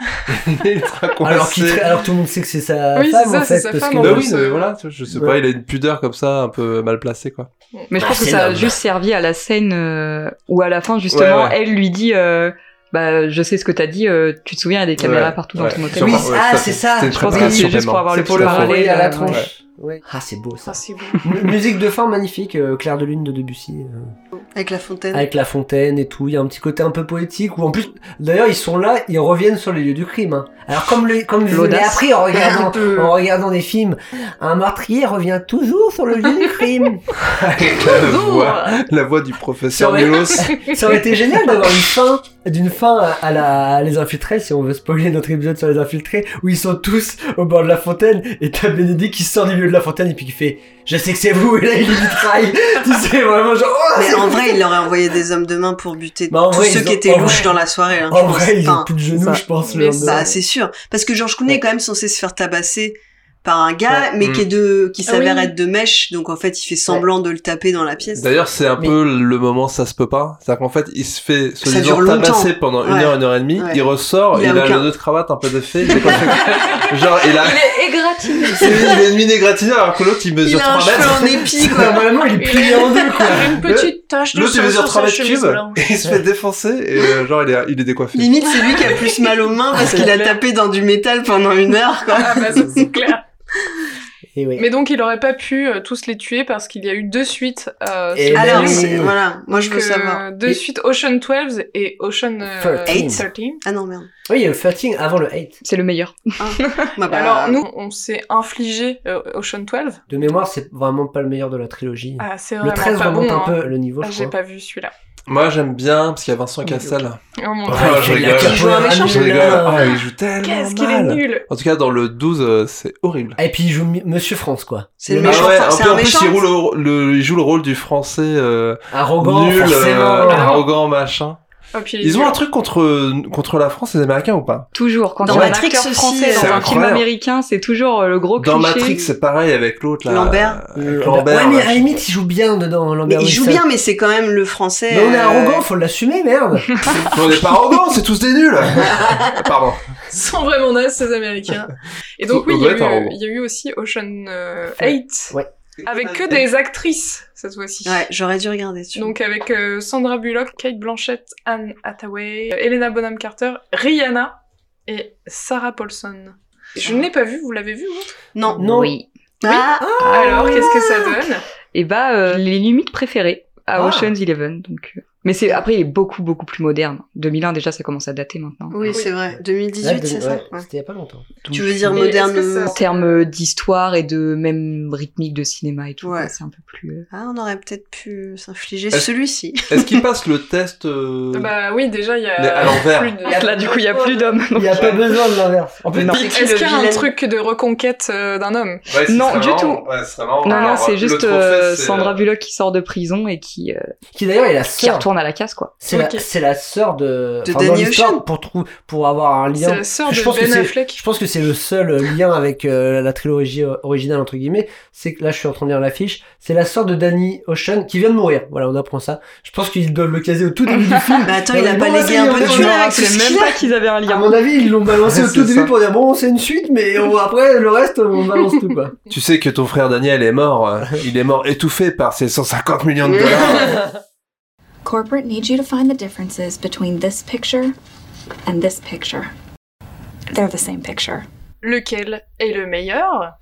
Alors, qu'il
coincé.
tra- alors tout le monde sait que c'est sa
Oui, c'est
femme
ça,
en
c'est
fait.
sa
parce
femme,
que-
en
Bah
plus,
oui, non, mais voilà, tu vois, je sais pas, il a une pudeur comme ça, un peu mal placée, quoi.
Mais je
Bah,
pense que
c'est
ça a
noble.
juste servi à la scène euh, où à la fin justement
Ouais, ouais.
elle lui dit euh, Bah, je sais ce que t'as dit, euh, tu te souviens, il y a des caméras partout dans ton hôtel.
Oui, ah, c'est ça.
Je pense que c'est juste pour avoir le
[LAUGHS]
pôle
parallèle
à la
tronche.
tronche. Ouais. Ah, c'est beau ça.
beau.
Mu- Musique de fin magnifique, euh, Clair de lune de Debussy. euh.
Avec la fontaine.
avec la fontaine et tout. Il y a un petit côté un peu poétique où en plus, d'ailleurs, ils sont là, ils reviennent sur les lieux du crime. hein. Alors comme le, comme je vous l'ai
L'audace.
appris en
Un
regardant,
peu.
en regardant des films, un meurtrier revient toujours sur le lieu du crime.
la, voix, la voix du professeur Milos.
Ça aurait été génial d'avoir une fin, d'une fin à, à la, à les infiltrés, si on veut spoiler notre épisode sur les infiltrés, où ils sont tous au bord de la fontaine, et t'as Bénédicte qui sort du milieu de la fontaine, et puis qui fait, je sais que c'est vous, et là il les mitraille. [LAUGHS] tu sais, vraiment genre, oh,
Mais
c'est
en
vous.
vrai, il aurait envoyé des hommes de main pour buter
Bah, en
tous
vrai,
ceux
ils
qui
ont-
étaient
en
louches
vrai-
dans la soirée. hein,
en
je
vrai,
pense.
ils ont
Enfin,
plus de genoux,
ça-
je pense, le
mais
lendemain.
ça, Bah, c'est sûr. Parce que Georges Clooney est quand même censé se faire tabasser par un gars,
Ouais.
mais
Mm.
qui est de, qui
Ah oui.
s'avère être de mèche. Donc en fait, il fait semblant de le taper dans la pièce.
D'ailleurs, c'est un peu le moment ça se peut pas. C'est-à-dire qu'en fait, il se fait se
Ça
disant
dure longtemps.
tabasser pendant une
Ouais.
heure, une heure et demie.
Ouais.
Il ressort,
Il
il,
a
a
aucun-
le nœud de cravate un peu défait. Il est pas fait- Genre, il a
Il est égratigné.
c'est il est demi égratigné alors que l'autre il mesure
Il a un
3
cheveu en
mètres.
épi,
Bah,
quoi.
vraiment, il est plié en deux, quoi.
Une petite tache de
L'autre il
sang
mesure
sur
3
sa
mètres
chemise
cubes
blanche.
et il se fait défoncer et euh, genre il est, il est décoiffé.
Limite, c'est lui qui a plus mal aux mains parce qu'il a tapé dans du métal pendant une heure, quoi.
Ah bah ça c'est clair.
Et oui.
Mais donc il aurait pas pu euh, tous les tuer parce qu'il y a eu deux suites. Euh,
Et
sur
ben
Alors,
oui.
Netflix.
c'est- voilà, moi je veux
Que
savoir.
Deux
Et-
suites Ocean 12 et Ocean euh,
13.
13.
Ah non, merde.
Oui, il y a le 13 avant le 8.
C'est le meilleur.
Bah, bah,
Alors nous, on s'est infligé euh, Ocean 12.
De mémoire, c'est vraiment pas le meilleur de la trilogie.
Ah, c'est
le
vraiment
13
pas
remonte
bon.
un peu
hein.
le niveau,
Ah,
je
J'ai
crois.
pas vu celui-là.
Moi j'aime bien parce qu'il y a Vincent Cassel.
Oh mon
Oh,
dieu.
je
il y a
rigole.
quatre
Il joue un
joueurs
méchant.
Je
nuls,
rigole.
là.
Ah, il joue tellement
Qu'est-ce qu'il est
mal.
nul
En tout cas, dans le 12, euh, c'est horrible.
Et puis il joue Mi- Monsieur France, quoi.
C'est le
Ah
méchant.
Bah, ouais,
fran-
un
c'est
peu,
un
en plus,
méchant.
il, roule le, le- il joue le rôle du français euh,
Arrogant,
nul,
forcément. Ah
euh, arrogant, machin.
Oh, puis il est
Ils ont
nul.
un truc contre, contre la France, les Américains ou pas
Toujours. Quand
Dans
il y a un
Matrix
acteur
aussi, hein.
français dans
c'est
un film
incroyable.
américain, c'est toujours euh, le gros
Dans
cliché.
Matrix, c'est pareil avec l'autre là.
Lambert.
euh,
ouais,
Lambert.
mais à la
machin.
limite, il joue bien dedans, hein,
Mais
Lambert
il joue
Wilson.
bien, mais c'est quand même le français.
Mais Bah, on est
euh,
arrogant, faut l'assumer, merde.
[LAUGHS] On est pas arrogants, c'est tous des nuls. Pardon.
[LAUGHS] sont vraiment nazes, ces Américains. Et donc,
On
oui, il y,
doit
a
être un
eu-
robot.
il y a eu aussi Ocean euh,
Ouais.
8,
Ouais.
avec que des actrices, cette fois-ci.
Ouais, j'aurais dû regarder. celui-là.
Donc avec euh, Sandra Bullock, Kate Blanchett, Anne Hathaway, euh, Helena Bonham Carter, Rihanna et Sarah Paulson. Je ne l'ai pas vu, vous l'avez vu vous
non.
Non.
Oui.
Ah,
Alors qu'est-ce que ça donne
Et bah, euh, les limites préférées à
Ah.
Ocean's Eleven. Donc, euh. mais c'est après, il est beaucoup beaucoup plus moderne. 2001 déjà, ça commence à dater maintenant.
oui, c'est vrai. 2018,
Là, de-
c'est ça.
ouais,
Ouais.
C'était il y a pas longtemps.
Tu veux dire
Mais
moderne
est-ce que ça-
En termes d'histoire et de même rythmique de cinéma et tout,
Ouais.
quoi, c'est un peu plus. euh,
Ah, on aurait peut-être pu s'infliger
Est-ce-
celui-ci.
Est-ce qu'il passe le test euh,
Bah oui, déjà il y
Mais à
a
l'envers.
plus de...
Ah, Là, du coup, il y a plus d'hommes.
Il y
[LAUGHS]
a pas besoin de l'inverse. En plus,
Non.
Pete-
Est-ce qu'il y a un
vilain.
truc de reconquête euh, d'un homme
ouais, ce
Non,
serait
du
marrant.
tout.
Ouais, ce serait marrant.
Non, non,
Alors,
c'est
le
juste
trophée,
euh,
c'est,
Sandra
euh,
Bullock qui sort de prison et qui, euh,
qui d'ailleurs est la
qui
sœur.
retourne à la casse, quoi.
C'est
Ok.
la, c'est la sœur de.
De
enfin, dans
Danny
l'histoire,
Ocean.
Pour, trou- pour avoir un
C'est
lien.
la sœur
je
de
pense que
Ben
c'est-
Affleck.
Je pense que c'est le seul euh, lien avec euh, la trilogie euh, originale entre guillemets. C'est que là, je suis en train de lire l'affiche. C'est la sœur de Danny Ocean qui vient de mourir. Voilà, on apprend ça. Je pense qu'ils doivent le caser au tout début du film.
[LAUGHS] Bah attends,
Non,
il a
mais
pas
bon,
légué
vas-y,
un
on
peu de
va-
thunes
on va-
avec
Je savais
celui-ci
Ah, même
là
pas qu'ils avaient un
À
lien.
mon avis, ils l'ont balancé
Ouais,
au tout
c'est
début
ça.
pour dire bon, c'est une suite, mais on- après le reste, on balance tout quoi.
Tu sais que ton frère Daniel est mort. euh, Il est mort étouffé par ses 150 millions de dollars.
Corporate needs you to find the differences between this picture and this picture. They're the same picture.
Lequel est le meilleur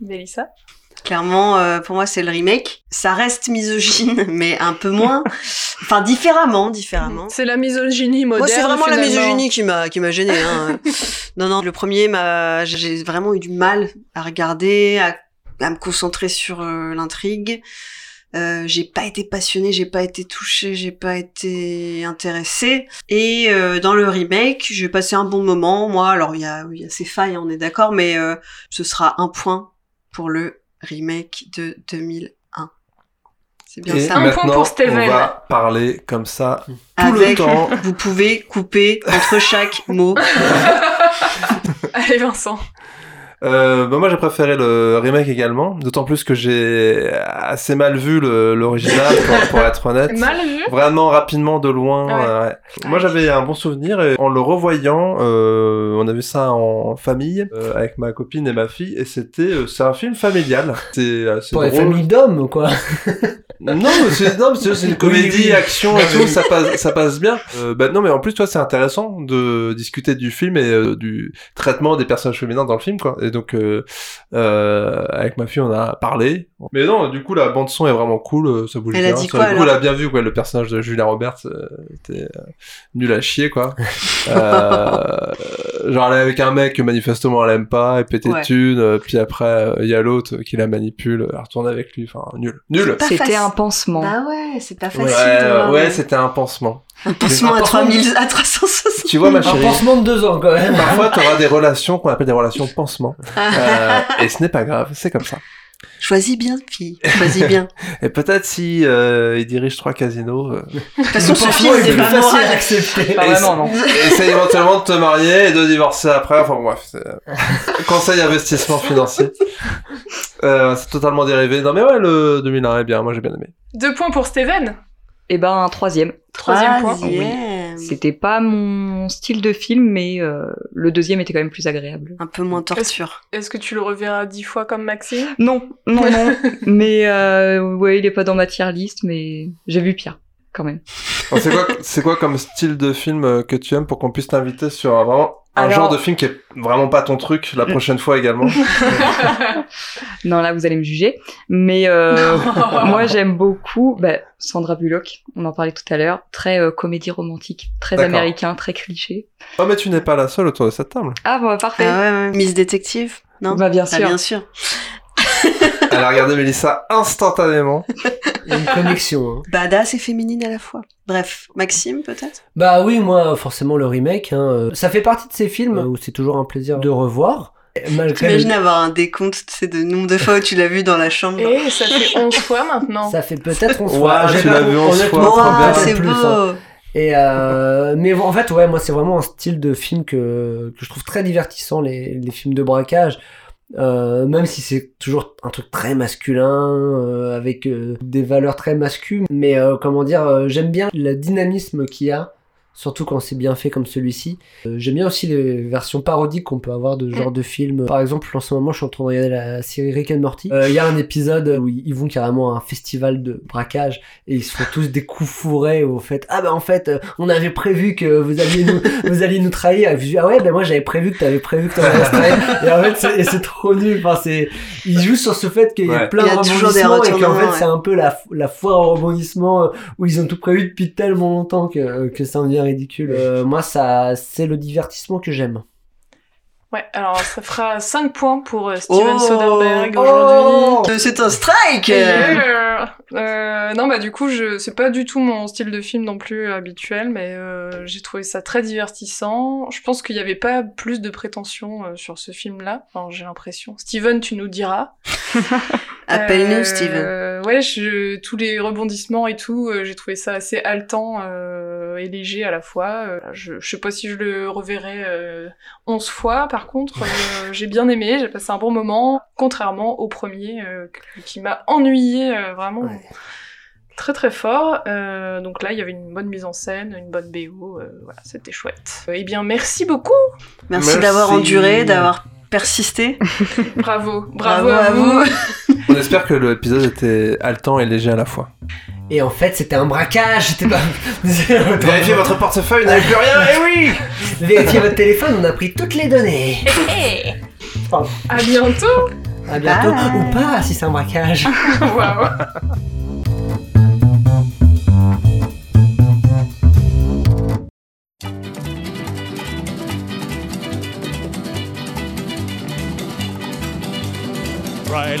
Mélissa
[LAUGHS] Clairement, euh, pour moi, c'est le remake. Ça reste misogyne, [LAUGHS] mais un peu moins. Enfin, différemment, différemment.
C'est la misogynie moderne.
Moi, c'est vraiment la
finalement. [LAUGHS]
misogynie qui m'a qui m'a gênée.
[LAUGHS]
hein. non, non, le premier m'a j'ai vraiment eu du mal à regarder, à, à me concentrer sur euh, l'intrigue. Euh, j'ai pas été passionnée, j'ai pas été touchée, j'ai pas été intéressée. Et euh, dans le remake, j'ai passé un bon moment. Moi, alors il y a, il y a ses failles, hein, on est d'accord, mais euh, ce sera un point pour le remake de 2001. C'est bien
Et
ça.
Un point
maintenant,
pour Steven.
on va parler comme ça tout le
Avec,
temps.
vous pouvez couper entre chaque mot.
Allez Vincent.
Euh, bah moi j'ai préféré le remake également, d'autant plus que j'ai assez mal vu le- l'original pour,
[LAUGHS]
pour être honnête.
Mal vu
Vraiment rapidement de loin.
Ouais.
euh, ouais. Moi j'avais un bon souvenir et en le revoyant, euh, on a vu ça en famille euh, avec ma copine et ma fille et c'était euh, c'est un film familial. C'est assez
Pour les
drôle. Ah,
familles d'hommes ou quoi
Non, mais c'est non, mais c'est- c'est une comédie,
Oui, oui.
action et
Ah,
tout,
oui.
ça passe, ça passe bien. Euh, bah non, mais en plus, toi, c'est intéressant de discuter du film et euh, du traitement des personnages féminins dans le film, quoi. Et donc, euh, euh, avec ma fille, on a parlé. Mais non, du coup, la bande son est vraiment cool, euh, ça bouge
Elle a
bien.
dit
Ça,
quoi,
du coup,
alors
elle a bien vu, quoi. Le personnage de Julia Roberts euh, était euh, nul à chier,
[LAUGHS]
quoi. Euh, genre, elle est avec un mec que manifestement elle aime pas, elle pète
Ouais.
des thunes, euh, puis après, euh, il y a l'autre qui la manipule, elle retourne avec lui, enfin, nul. Nul!
Pas
C'était
faci-
un pansement.
Bah ouais, c'est pas
Ouais,
facile. hein. de
euh,
voir,
ouais,
mais-
c'était un pansement.
Un pansement à 3000, à 360.
Tu vois, ma
Un
chérie.
pansement de deux ans quand même.
Parfois, tu auras des relations qu'on appelle des relations pansement. Euh, et ce n'est pas grave, c'est comme ça.
Choisis bien, fille. [LAUGHS] Choisis bien.
Et peut-être si euh, il dirige trois casinos. euh,
De toute façon, ce
Parfois,
film
il est
n'est
plus
pas
facile
moral.
à accepter.
Pas vraiment, non.
Essaye éventuellement de te marier et de divorcer après. Enfin bref, c'est, euh, conseil investissement financier. Euh, c'est totalement dérivé. Non mais ouais, le 2001 est bien. Moi j'ai bien aimé.
Deux points pour Steven.
Et ben, un troisième.
Troisième point.
Troisième.
C'était pas mon style de film, mais euh, le deuxième était quand même plus agréable.
Un peu moins torture.
Est-ce que tu le reverras dix fois comme Maxime [LAUGHS]
Non, [LAUGHS] non, non. mais euh, ouais, il est pas dans ma tier list, mais j'ai vu pire, quand même.
Bon, c'est quoi, c'est quoi comme style de film euh, que tu aimes pour qu'on puisse t'inviter sur un, vraiment un
Alors-
genre de film qui est vraiment pas ton truc la prochaine fois également.
Non, là, vous allez me juger. Mais [LAUGHS] euh, moi, j'aime beaucoup bah, Sandra Bullock, on en parlait tout à l'heure. Très euh, comédie romantique, très
D'accord.
américain, très cliché.
Oh mais tu n'es pas la seule autour de cette table.
Ah, bah, parfait.
Ah ouais, ouais. Miss Détective Non
Bah, bien
Ah,
sûr.
bien sûr.
[LAUGHS] Elle a regardé Mélissa instantanément.
Il y a une connexion. hein.
Badass et féminine à la fois. Bref, Maxime peut-être
Bah oui, moi, forcément, le remake. hein, euh, Ça fait partie de ces films où c'est toujours un plaisir de revoir. Malgré
T'imagines avoir un décompte c'est de nombre de fois où tu l'as vu dans la chambre
Et ça fait 11 fois maintenant.
Ça fait peut-être 11
[LAUGHS] Ouais,
fois.
tu
J'ai
l'as
pas-
vu 11 fois,
honnêtement, je crois
trop
bien
bien.
que
ah, C'est
plus,
beau.
hein. Et euh, mais en fait, ouais, moi, c'est vraiment un style de film que, que je trouve très divertissant, les, les films de braquage. Euh, même si c'est toujours un truc très masculin, euh, avec euh, des valeurs très masculines, mais euh, comment dire, euh, j'aime bien le dynamisme qu'il y a, surtout quand c'est bien fait comme celui-ci. Euh, j'aime bien aussi les versions parodiques qu'on peut avoir de ce genre de films. Par exemple, en ce moment, je suis en train de regarder la série Rick and Morty. Euh, Il y a un épisode où ils vont carrément à un festival de braquage et ils se font tous des coups fourrés au fait ah bah en fait euh, on avait prévu que vous alliez nous vous alliez nous trahir et puis je dis, ah ouais bah moi j'avais prévu que t'avais prévu que t'en avais trahir et en fait c'est- et c'est trop nul enfin c'est ils jouent sur ce fait qu'il y a
Ouais.
plein
Il y
de
a toujours des
rebondissements et qu'en
retournements,
fait
ouais.
c'est un peu la la foire au rebondissement euh, où ils ont tout prévu depuis tellement longtemps que euh, que ça en devient ridicule Euh, moi ça c'est le divertissement que j'aime
Ouais, alors ça fera 5 points pour euh, Steven
Oh
Soderbergh
Oh
aujourd'hui.
Euh, C'est un strike
Yeah. Euh, non, bah du coup, je... c'est pas du tout mon style de film non plus habituel, mais euh, j'ai trouvé ça très divertissant. Je pense qu'il n'y avait pas plus de prétention euh, sur ce film-là. Enfin, j'ai l'impression. Steven, tu nous diras.
Appelle-nous
Euh,
Steven.
Ouais, je- tous les rebondissements et tout, euh, j'ai trouvé ça assez haletant euh, et léger à la fois. Euh, je, je sais pas si je le reverrai euh, 11 fois, par contre, euh, j'ai bien aimé, j'ai passé un bon moment, contrairement au premier euh, que- qui m'a ennuyé euh, vraiment.
Ouais.
Très très fort. Euh, donc là, il y avait une bonne mise en scène, une bonne BO. euh, voilà, c'était chouette. Euh, Eh bien, merci beaucoup.
Merci,
Merci.
d'avoir enduré, d'avoir persisté.
Bravo, bravo, à vous.
On espère que l'épisode était haletant et léger à la fois.
et en fait c'était un braquage c'était pas [LAUGHS]
Vérifiez votre portefeuille, vous n'avez plus rien. Eh oui.
vérifiez votre téléphone on a pris toutes les données Pardon.
À bientôt.
À bientôt.
Bye.
Ou pas, si c'est un braquage.
Waouh.
Bright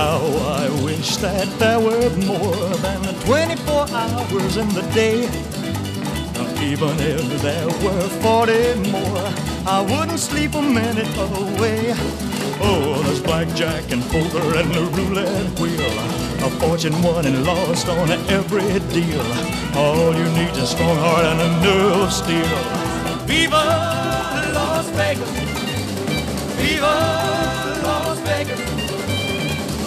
How I wish that there were more than 24 hours in the day. Now, even if there were 40 more, I wouldn't sleep a minute away. Oh, there's blackjack and poker and the roulette wheel. A fortune won and lost on every deal. All you need is a strong heart and a nerve of steel. Viva Las Vegas! Viva Las Vegas!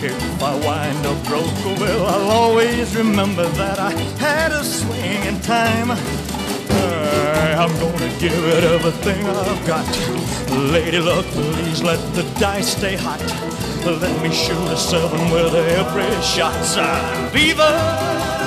If I wind up broke, oh, well, I'll always remember that I had a swing in time. Hey, I'm gonna give it everything I've got. Lady luck, please let the dice stay hot. Let me shoot a seven with every shot. Viva